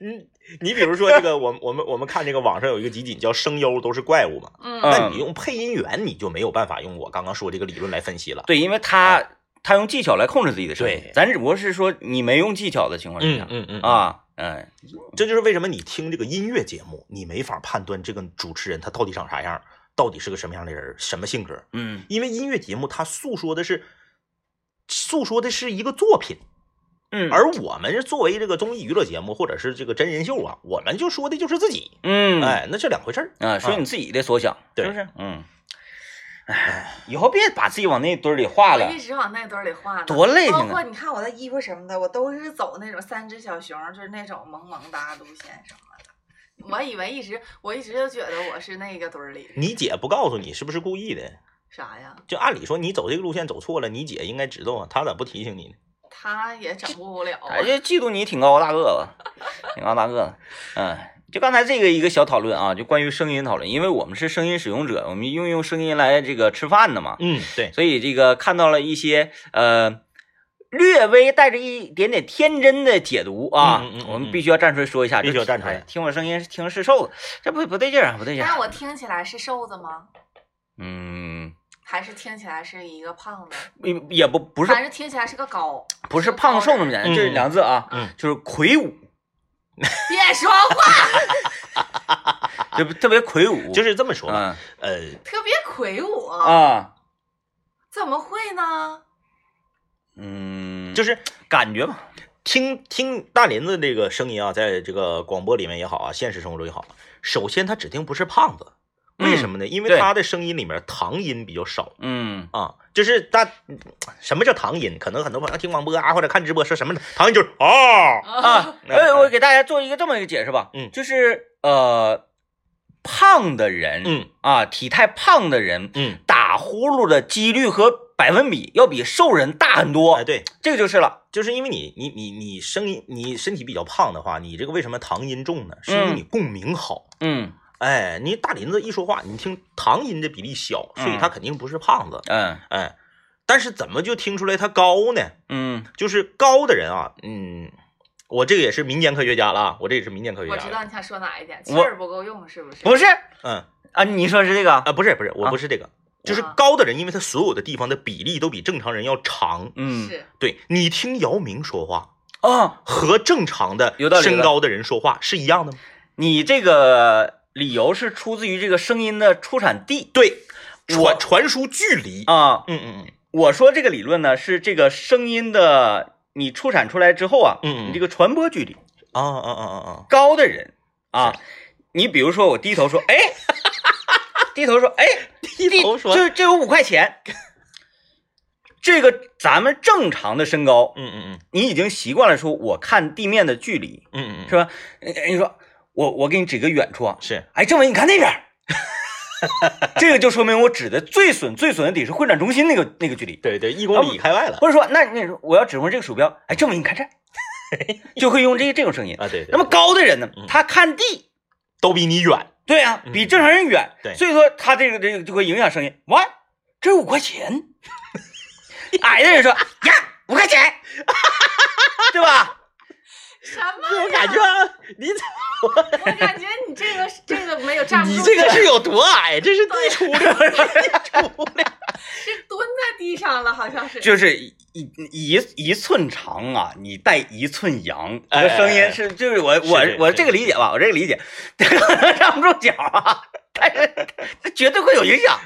[SPEAKER 2] 嗯，你比如说 [LAUGHS] 这个，我们我们我们看这个网上有一个集锦叫“声优都是怪物”嘛，
[SPEAKER 3] 嗯
[SPEAKER 1] 嗯
[SPEAKER 2] 那你用配音员你就没有办法用我刚刚说这个理论来分析了，
[SPEAKER 1] 对，因为他他用技巧来控制自己的声音
[SPEAKER 2] 对，
[SPEAKER 1] 咱只不过是说你没用技巧的情况之
[SPEAKER 2] 嗯
[SPEAKER 1] 下
[SPEAKER 2] 嗯嗯，
[SPEAKER 1] 啊，嗯，
[SPEAKER 2] 这就是为什么你听这个音乐节目，你没法判断这个主持人他到底长啥样，到底是个什么样的人，什么性格，
[SPEAKER 1] 嗯，
[SPEAKER 2] 因为音乐节目它诉说的是诉说的是一个作品，
[SPEAKER 1] 嗯，
[SPEAKER 2] 而我们作为这个综艺娱乐节目或者是这个真人秀啊，我们就说的就是自己，
[SPEAKER 1] 嗯，
[SPEAKER 2] 哎，那这两回事儿。
[SPEAKER 1] 啊，说你自己的所想，
[SPEAKER 2] 对
[SPEAKER 1] 是不是？嗯，哎，以后别把自己往那堆儿里画
[SPEAKER 3] 我
[SPEAKER 1] 了
[SPEAKER 3] 一，直往那堆儿里画呢，
[SPEAKER 1] 多累
[SPEAKER 3] 包
[SPEAKER 1] 挺
[SPEAKER 3] 括
[SPEAKER 1] 啊！
[SPEAKER 3] 你看我的衣服什么的，我都是走那种三只小熊，就是那种萌萌哒路线什么的。我以为一直，我一直就觉得我是那个堆儿里
[SPEAKER 2] 你姐不告诉你是不是故意的？
[SPEAKER 3] 啥呀？
[SPEAKER 2] 就按理说你走这个路线走错了，你姐应该知道啊，她咋不提醒你呢？
[SPEAKER 3] 他也整不了啊
[SPEAKER 1] 哎，。就嫉妒你挺高大个子， [LAUGHS] 挺高大个子。嗯，就刚才这个一个小讨论啊，就关于声音讨论，因为我们是声音使用者，我们用用声音来这个吃饭的嘛，
[SPEAKER 2] 嗯，对，
[SPEAKER 1] 所以这个看到了一些呃。略微带着一点点天真的解读啊，
[SPEAKER 2] 嗯嗯嗯嗯
[SPEAKER 1] 我们必须要站出来说一下，
[SPEAKER 2] 必须要
[SPEAKER 1] 就
[SPEAKER 2] 站出来
[SPEAKER 1] 哎听我声音是听是瘦子，这不不对劲儿啊，不对劲儿
[SPEAKER 3] 但。我听起来是瘦子吗？
[SPEAKER 1] 嗯，
[SPEAKER 3] 还是听起来是一个胖子？
[SPEAKER 1] 也也不不是
[SPEAKER 3] 反正听起来是个高。
[SPEAKER 1] 不是胖瘦那么简单，
[SPEAKER 2] 嗯
[SPEAKER 1] 这两个字啊，
[SPEAKER 2] 嗯
[SPEAKER 1] 就是魁梧，
[SPEAKER 3] 别说话， [LAUGHS]
[SPEAKER 1] 就特别魁梧，
[SPEAKER 2] 就是是这么说吧。
[SPEAKER 1] 嗯
[SPEAKER 2] 呃，
[SPEAKER 3] 特别魁梧，
[SPEAKER 1] 啊，
[SPEAKER 3] 怎么会呢？
[SPEAKER 1] 嗯，
[SPEAKER 2] 就是是
[SPEAKER 1] 感觉吧，
[SPEAKER 2] 听听大林子这个声音啊，在这个广播里面也好啊，现实生活中也好，首先他指定不是胖子，
[SPEAKER 1] 嗯
[SPEAKER 2] 为什么呢？因为
[SPEAKER 1] 对
[SPEAKER 2] 他的声音里面糖音比较少
[SPEAKER 1] 嗯，
[SPEAKER 2] 啊，就是大什么叫糖音？可能很多朋友听广播啊或者看直播说什么糖音就是啊，
[SPEAKER 3] 哦
[SPEAKER 1] 啊，
[SPEAKER 2] 嗯
[SPEAKER 1] 哎，我给大家做一个这么一个解释吧，
[SPEAKER 2] 嗯
[SPEAKER 1] 就是呃，胖的人，
[SPEAKER 2] 嗯
[SPEAKER 1] 啊，体态胖的人
[SPEAKER 2] 嗯，
[SPEAKER 1] 打呼噜的几率和百分比要比瘦人大很多
[SPEAKER 2] 哎，对，
[SPEAKER 1] 这个就是了，
[SPEAKER 2] 就是因为你你你你声音你身体比较胖的话，你这个为什么糖音重呢？是因为你共鸣好。
[SPEAKER 1] 嗯
[SPEAKER 2] 哎，你大林子一说话，你听糖音的比例小，所以他肯定不是胖子。
[SPEAKER 1] 嗯
[SPEAKER 2] 哎，但是怎么就听出来他高呢？
[SPEAKER 1] 嗯
[SPEAKER 2] 就是高的人啊，嗯，我这个也是民间科学家了啊，我这也是民间科学
[SPEAKER 3] 我
[SPEAKER 2] 家
[SPEAKER 3] 知
[SPEAKER 2] 了。
[SPEAKER 3] 道你想说哪一点，气
[SPEAKER 1] 我
[SPEAKER 3] 儿不够用是不是？
[SPEAKER 1] 不是
[SPEAKER 2] 嗯
[SPEAKER 1] 啊，你说是这个，
[SPEAKER 2] 啊，不是不是，
[SPEAKER 1] 啊
[SPEAKER 2] 我不是这个，就是
[SPEAKER 3] 啊
[SPEAKER 2] 高的人，因为他所有的地方的比例都比正常人要长。
[SPEAKER 1] 嗯
[SPEAKER 3] 是
[SPEAKER 2] 对你听姚明说话
[SPEAKER 1] 啊。
[SPEAKER 2] 和正常的
[SPEAKER 1] 有道理有道理
[SPEAKER 2] 身高的人说话是一样的吗？
[SPEAKER 1] 你这个理由是出自于这个声音的出产地
[SPEAKER 2] 对，
[SPEAKER 1] 我
[SPEAKER 2] 传传输距离。
[SPEAKER 1] 啊。
[SPEAKER 2] 嗯嗯嗯，
[SPEAKER 1] 我说这个理论呢，是这个声音的你出产出来之后啊，
[SPEAKER 2] 嗯嗯
[SPEAKER 1] 你这个传播距离
[SPEAKER 2] 啊啊啊啊啊！
[SPEAKER 1] 高的人啊，你比如说我低头说，哎， [LAUGHS] 低头说，哎，低
[SPEAKER 2] 头说
[SPEAKER 1] 这这有五块
[SPEAKER 2] [LAUGHS]
[SPEAKER 1] 钱。这个咱们正常的身高，
[SPEAKER 2] 嗯嗯嗯
[SPEAKER 1] 你已经习惯了说我看地面的距离，
[SPEAKER 2] 嗯嗯
[SPEAKER 1] 是吧？呃你说我我给你指个远处啊，
[SPEAKER 2] 是
[SPEAKER 1] 哎，政委，你看那边儿， [LAUGHS] 这个就说明我指的最损最损的得是会展中心那个那个距离，
[SPEAKER 2] 对对，一公里开外了
[SPEAKER 1] 不是说那那我要指控这个鼠标，哎，政委你看这儿， [LAUGHS] 就会用这这种声音。
[SPEAKER 2] 啊，对对，
[SPEAKER 1] 那么高的人呢
[SPEAKER 2] 嗯，
[SPEAKER 1] 他看地，
[SPEAKER 2] 都比你远，
[SPEAKER 1] 对啊，
[SPEAKER 2] 嗯
[SPEAKER 1] 比正常人远，
[SPEAKER 2] 对
[SPEAKER 1] 所以说他这个这个就会影响声音。哇，这五块钱， [LAUGHS] 矮的人说呀五块钱，对吧？
[SPEAKER 3] 什么
[SPEAKER 2] 我
[SPEAKER 3] 呀？
[SPEAKER 2] 感觉你
[SPEAKER 3] 我感觉你这个这个没有站不
[SPEAKER 2] 你
[SPEAKER 3] 住
[SPEAKER 2] 这
[SPEAKER 3] 脚，
[SPEAKER 2] 个是有多矮？这是地出的，
[SPEAKER 3] 是蹲在地上了，好像是。
[SPEAKER 1] 就是一一一寸长啊，你带一寸阳，这
[SPEAKER 2] 哎
[SPEAKER 1] 个声
[SPEAKER 2] 哎哎
[SPEAKER 1] 音是就是我
[SPEAKER 2] 是
[SPEAKER 1] 我
[SPEAKER 2] 是
[SPEAKER 1] 我
[SPEAKER 2] 是
[SPEAKER 1] 这个理解吧，我这个理解，站不住脚啊，但是这绝对会有影响。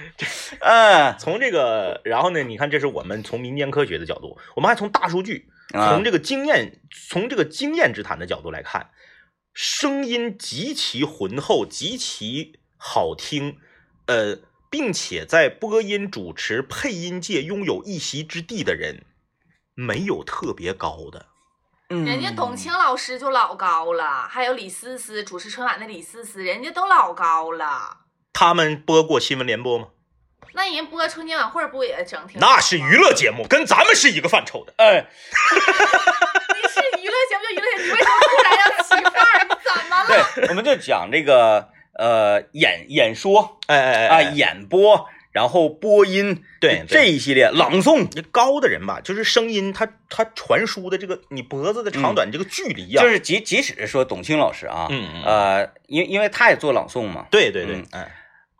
[SPEAKER 1] 嗯，
[SPEAKER 2] [LAUGHS] 从这个，然后呢？你看，这是我们从民间科学的角度，我们还从大数据，
[SPEAKER 1] 啊
[SPEAKER 2] 从这个经验，从这个经验之谈的角度来看，声音极其浑厚，极其好听，呃，并且在播音主持、配音界拥有一席之地的人，没有特别高的。
[SPEAKER 1] 嗯
[SPEAKER 3] 人家董卿老师就老高了，还有李思思主持春晚的李思思，人家都老高了。
[SPEAKER 2] 他们播过新闻联播吗？
[SPEAKER 3] 那人播春节晚会不也整挺？
[SPEAKER 2] 那是娱乐节目，跟咱们是一个范畴的。
[SPEAKER 1] 哎，
[SPEAKER 3] 你是娱乐节目就娱乐节目，你为什么突然要起范儿？你怎么了？
[SPEAKER 1] 对，我们就讲这个呃演演说
[SPEAKER 2] 哎哎哎
[SPEAKER 1] 啊、演播，然后播音，
[SPEAKER 2] 对对
[SPEAKER 1] 这一系列朗诵，
[SPEAKER 2] 你高的人吧，就是声音它，它传输的这个你脖子的长短这个距离呀、
[SPEAKER 1] 嗯
[SPEAKER 2] 啊
[SPEAKER 1] 就是即即使是说董卿老师啊，
[SPEAKER 2] 嗯嗯嗯
[SPEAKER 1] 呃，因因为他也做朗诵嘛，
[SPEAKER 2] 哎对对对
[SPEAKER 1] 嗯，
[SPEAKER 2] 哎、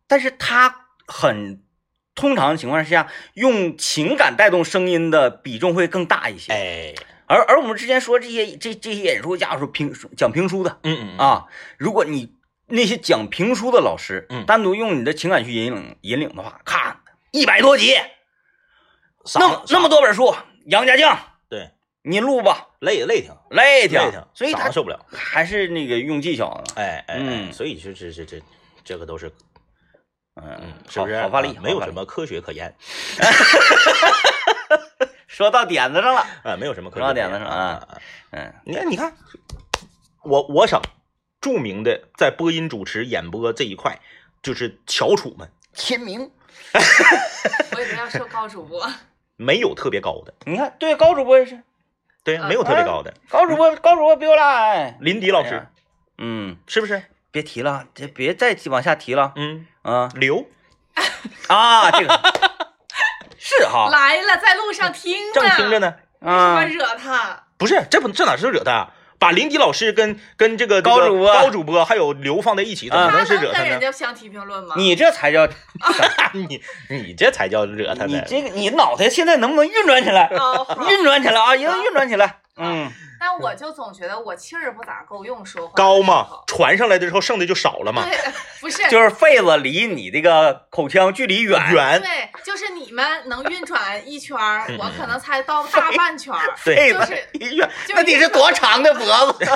[SPEAKER 1] 但是他很通常情况下用情感带动声音的比重会更大一些。
[SPEAKER 2] 哎，
[SPEAKER 1] 而而我们之前说这些这这些演说家说评讲评书的
[SPEAKER 2] 嗯嗯啊，
[SPEAKER 1] 啊，如果你那些讲评书的老师，
[SPEAKER 2] 嗯
[SPEAKER 1] 单独用你的情感去引领引领的话，咔，一百多集，那么那么
[SPEAKER 2] 多
[SPEAKER 1] 多本书，杨家将，
[SPEAKER 2] 对，
[SPEAKER 1] 你录吧，
[SPEAKER 2] 累累挺，
[SPEAKER 1] 累挺
[SPEAKER 2] 累挺，，
[SPEAKER 1] 所以
[SPEAKER 2] 嗓
[SPEAKER 1] 他
[SPEAKER 2] 子受不了。
[SPEAKER 1] 还是那个用技巧呢，
[SPEAKER 2] 哎哎，哎
[SPEAKER 1] 嗯
[SPEAKER 2] 所以就这这这这个都是，
[SPEAKER 1] 嗯
[SPEAKER 2] 嗯，，是不是？
[SPEAKER 1] 好好发力，
[SPEAKER 2] 啊没有什
[SPEAKER 1] 么
[SPEAKER 2] 么科学可言
[SPEAKER 1] 说到点子上了，
[SPEAKER 2] 啊，没有什么科
[SPEAKER 1] 说到
[SPEAKER 2] 学可
[SPEAKER 1] 点
[SPEAKER 2] 言。
[SPEAKER 1] 子上啊
[SPEAKER 2] 啊，啊
[SPEAKER 1] 嗯
[SPEAKER 2] 你看，你看，我我省著名的在播音主持、演播这一块，就是翘楚们，
[SPEAKER 1] 天明，
[SPEAKER 3] 我也不要受高主播，
[SPEAKER 2] 没有特别高的，
[SPEAKER 1] 你看对高主播也是，
[SPEAKER 2] 对，
[SPEAKER 1] 啊
[SPEAKER 2] 没有特别高的。
[SPEAKER 1] 高主
[SPEAKER 2] [LAUGHS]
[SPEAKER 1] 播高主播比我俩矮，
[SPEAKER 2] 林迪老师、
[SPEAKER 1] 哎呀嗯，
[SPEAKER 2] 是不是？
[SPEAKER 1] 别提了，这别再往下提了
[SPEAKER 2] 嗯，
[SPEAKER 1] 啊
[SPEAKER 2] 刘
[SPEAKER 1] 啊，这
[SPEAKER 2] [LAUGHS]
[SPEAKER 1] 个是哈
[SPEAKER 3] 来了，在路上听
[SPEAKER 2] 正听着，呢，
[SPEAKER 3] 为什么
[SPEAKER 1] 啊，
[SPEAKER 3] 惹他？
[SPEAKER 2] 不是，这不这哪是惹他啊？把林迪老师跟跟这个
[SPEAKER 1] 高
[SPEAKER 2] 这个
[SPEAKER 1] 主播
[SPEAKER 2] 高主播还有刘放在一起，怎么
[SPEAKER 1] 啊
[SPEAKER 3] 他
[SPEAKER 2] 能是惹
[SPEAKER 3] 跟
[SPEAKER 2] 他
[SPEAKER 3] 人
[SPEAKER 2] 呢？
[SPEAKER 3] 家相提并论吗？
[SPEAKER 1] 你这才叫
[SPEAKER 2] 你 [LAUGHS] 你这才叫惹他
[SPEAKER 1] 你
[SPEAKER 2] 呢！
[SPEAKER 1] 这个你脑袋现在能不能运转起
[SPEAKER 2] [LAUGHS]
[SPEAKER 1] 来？
[SPEAKER 3] 哦，好
[SPEAKER 1] 运转起来啊，一定运转起来，嗯。
[SPEAKER 3] 但我就总觉得我气儿不咋够用，说话的
[SPEAKER 2] 高
[SPEAKER 3] 时
[SPEAKER 2] 嘛
[SPEAKER 3] 候，
[SPEAKER 2] 传上来的时候剩的就少了嘛，
[SPEAKER 3] 对，不是
[SPEAKER 1] 就是痱子离你这个口腔距离远，
[SPEAKER 2] 远
[SPEAKER 3] 对，就是你们能运转一圈儿
[SPEAKER 2] 嗯，
[SPEAKER 3] 我可能才到大半圈
[SPEAKER 2] [LAUGHS]
[SPEAKER 3] 儿。
[SPEAKER 1] 痱
[SPEAKER 2] 对，
[SPEAKER 3] 就是
[SPEAKER 1] 子离远，
[SPEAKER 3] 就是
[SPEAKER 1] 哎那得是多长的脖
[SPEAKER 3] [LAUGHS]
[SPEAKER 1] 子？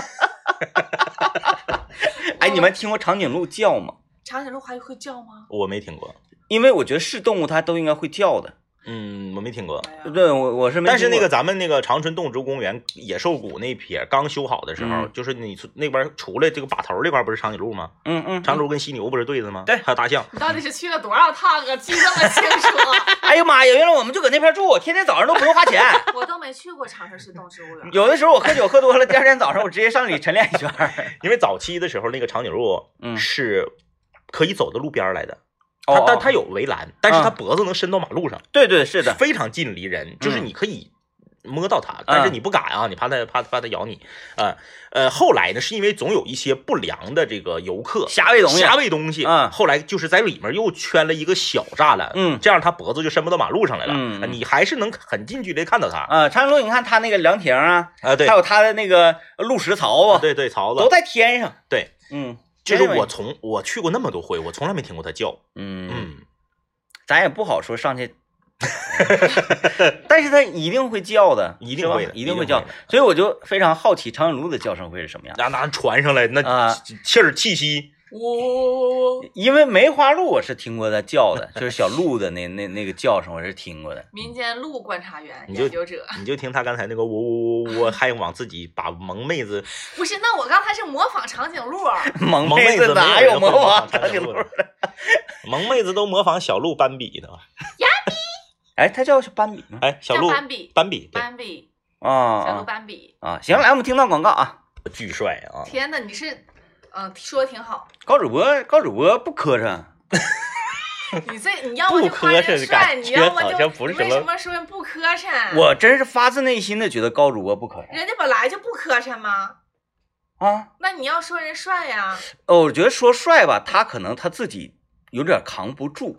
[SPEAKER 1] 哎，你们听过长颈鹿叫吗？
[SPEAKER 3] 长颈鹿还会叫吗？
[SPEAKER 2] 我没听过，
[SPEAKER 1] 因为我觉得是动物它都应该会叫的。
[SPEAKER 2] 嗯，我没听过。
[SPEAKER 3] 哎呀
[SPEAKER 1] 对，我我是没听过。
[SPEAKER 2] 但是那个咱们那个长春动植物公园野兽谷那撇刚修好的时候，
[SPEAKER 1] 嗯
[SPEAKER 2] 就是你从那边出来这个把头这块不是长颈鹿吗？
[SPEAKER 1] 嗯，嗯嗯，
[SPEAKER 2] 长颈鹿跟犀牛不是对着吗？
[SPEAKER 1] 对
[SPEAKER 2] 还有大象。
[SPEAKER 3] 你到底是去了多少趟啊？记这么清
[SPEAKER 1] [LAUGHS]
[SPEAKER 3] 楚，啊
[SPEAKER 1] 哎呀妈呀！原来我们就搁那片住，天天早上都不用花钱。
[SPEAKER 3] 我都没去过长春市动植物园。
[SPEAKER 1] 有的时候我喝酒喝多了，第二天早上我直接上里晨练一圈儿。
[SPEAKER 2] 因为早期的时候，那个长颈鹿
[SPEAKER 1] 嗯
[SPEAKER 2] 是可以走到路边儿来的，
[SPEAKER 1] [LAUGHS] 哦
[SPEAKER 2] 它但
[SPEAKER 1] 哦
[SPEAKER 2] 它有围栏，但是
[SPEAKER 1] 嗯
[SPEAKER 2] 它脖子能伸到马路上，
[SPEAKER 1] 对对是的，
[SPEAKER 2] 非常近离人，就是
[SPEAKER 1] 嗯
[SPEAKER 2] 你可以摸到它，但是
[SPEAKER 1] 嗯
[SPEAKER 2] 你不敢啊，你怕它怕怕它咬你啊。呃，后来呢，是因为总有一些不良的这个游客。
[SPEAKER 1] 虾味东西。
[SPEAKER 2] 瞎喂东西，
[SPEAKER 1] 嗯
[SPEAKER 2] 后来就是在里面又圈了一个小栅栏，
[SPEAKER 1] 嗯
[SPEAKER 2] 这样它脖子就伸不到马路上来了，
[SPEAKER 1] 嗯嗯
[SPEAKER 2] 你还是能很近距离看到它啊、
[SPEAKER 1] 啊，长颈鹿，你看它那个凉亭啊，
[SPEAKER 2] 对
[SPEAKER 1] 还，有它的那个路石槽啊，
[SPEAKER 2] 对对，曹
[SPEAKER 1] 都
[SPEAKER 2] 子，
[SPEAKER 1] 在天上。
[SPEAKER 2] 对，
[SPEAKER 1] 嗯，
[SPEAKER 2] 就是
[SPEAKER 1] 没有
[SPEAKER 2] 我从我去过那么多回，我从来没听过它叫，
[SPEAKER 1] 嗯，
[SPEAKER 2] 嗯，
[SPEAKER 1] 咱也不好说上去，但是它一定会叫的，
[SPEAKER 2] [LAUGHS] 一定会的
[SPEAKER 1] 是吧一
[SPEAKER 2] 一定
[SPEAKER 1] 会
[SPEAKER 2] 会
[SPEAKER 1] 叫
[SPEAKER 2] 的。
[SPEAKER 1] 所以我就非常好奇长颈鹿的叫声会是什么样，
[SPEAKER 2] 那那传上来那
[SPEAKER 1] 啊
[SPEAKER 2] 气儿气息，
[SPEAKER 3] 我
[SPEAKER 1] 因为梅花鹿我是听过它叫的，就是小鹿的那那那个叫声我是听
[SPEAKER 2] [LAUGHS]
[SPEAKER 1] 过的。
[SPEAKER 3] 民间鹿观察员
[SPEAKER 2] 你就
[SPEAKER 3] 研究者，
[SPEAKER 2] 你就听他刚才那个喔喔喔喔，还往自己把萌妹子
[SPEAKER 3] 不是？那我刚才是模仿长颈鹿，
[SPEAKER 1] 萌
[SPEAKER 2] 萌妹
[SPEAKER 1] 子
[SPEAKER 2] 子
[SPEAKER 1] 哪啊
[SPEAKER 2] 有
[SPEAKER 1] 模仿
[SPEAKER 2] 长
[SPEAKER 1] 长
[SPEAKER 2] 颈
[SPEAKER 1] 颈
[SPEAKER 2] 鹿
[SPEAKER 1] 鹿？
[SPEAKER 2] 的， [LAUGHS] 萌妹子都模仿小鹿斑比呢。
[SPEAKER 1] [LAUGHS] 哎，它叫斑比吗？
[SPEAKER 2] 哎，小
[SPEAKER 3] 叫
[SPEAKER 2] 鹿
[SPEAKER 3] 斑比，
[SPEAKER 2] 斑比对，
[SPEAKER 3] 斑比，小鹿
[SPEAKER 1] 啊
[SPEAKER 3] 斑比。
[SPEAKER 1] 啊！行，来我们听到广告啊。
[SPEAKER 2] 巨帅啊！
[SPEAKER 3] 天哪，你是，嗯，说的
[SPEAKER 2] [LAUGHS]
[SPEAKER 3] 挺好。
[SPEAKER 1] 高主播，高主播不磕碜，
[SPEAKER 3] 你这你要么就
[SPEAKER 2] 不
[SPEAKER 3] 夸
[SPEAKER 2] 磕碜
[SPEAKER 3] 人帅，
[SPEAKER 2] 感
[SPEAKER 3] 你
[SPEAKER 2] 觉
[SPEAKER 3] 要么
[SPEAKER 2] 好
[SPEAKER 3] 就
[SPEAKER 2] 像不是
[SPEAKER 3] 你为
[SPEAKER 2] 什么
[SPEAKER 3] 什么说人不磕碜？
[SPEAKER 1] 我真是发自内心的觉得高主播不磕碜
[SPEAKER 3] 人家本来就不磕碜吗？
[SPEAKER 1] 啊。
[SPEAKER 3] 那你要说人帅呀、
[SPEAKER 1] 哦，我觉得说帅吧，他可能他自己有点扛不住。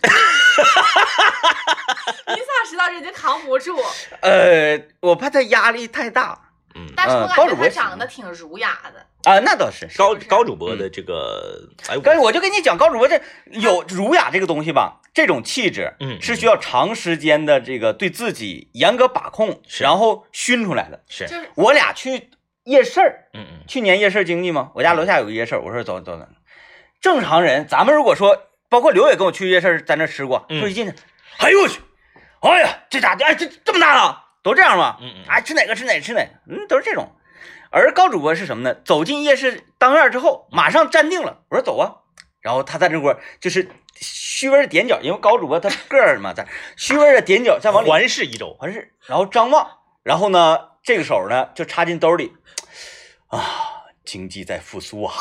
[SPEAKER 3] 你咋知道人家扛不住？
[SPEAKER 1] 呃，我怕他压力太大
[SPEAKER 2] 嗯，
[SPEAKER 3] 但是我
[SPEAKER 1] 嗯
[SPEAKER 3] 感
[SPEAKER 1] 包
[SPEAKER 3] 觉
[SPEAKER 1] 主
[SPEAKER 3] 他
[SPEAKER 1] 播
[SPEAKER 3] 长
[SPEAKER 1] 行
[SPEAKER 3] 得挺儒雅的，
[SPEAKER 1] 啊，那倒是。
[SPEAKER 2] 高
[SPEAKER 3] 是不是
[SPEAKER 2] 高主播的这个哎，我
[SPEAKER 1] 但是我嗯就跟你讲，高主播这有儒雅这个东西吧，这种气质，
[SPEAKER 2] 嗯
[SPEAKER 1] 是需要长时间的这个对自己严格把控，
[SPEAKER 2] 是
[SPEAKER 1] 然后熏出来的。
[SPEAKER 2] 是 [LAUGHS]
[SPEAKER 3] 就是
[SPEAKER 1] 我俩去夜市儿，
[SPEAKER 2] 嗯嗯
[SPEAKER 1] 去年夜市经济嘛，我家楼下有个夜市，我说走走走，正常人，咱们如果说，包括刘也跟我去夜市，在那吃过，
[SPEAKER 2] 嗯
[SPEAKER 1] 说一进去，哎呦我去，哎呀，这咋的？哎，这这么大了，都这样吗？
[SPEAKER 2] 嗯嗯
[SPEAKER 1] 哎，吃哪个吃哪个吃哪个，嗯，都是这种。而高主播是什么呢？走进夜市当院之后，马上站定了，我说走啊，然后他在那块儿就是虚微的踮脚，因为高主播他个儿嘛，在虚微的踮脚再往
[SPEAKER 2] 嗯，
[SPEAKER 1] 里
[SPEAKER 2] 环视一周，
[SPEAKER 1] 环视，然后张望，然后呢，这个手呢就插进兜里，啊，经济在复苏啊，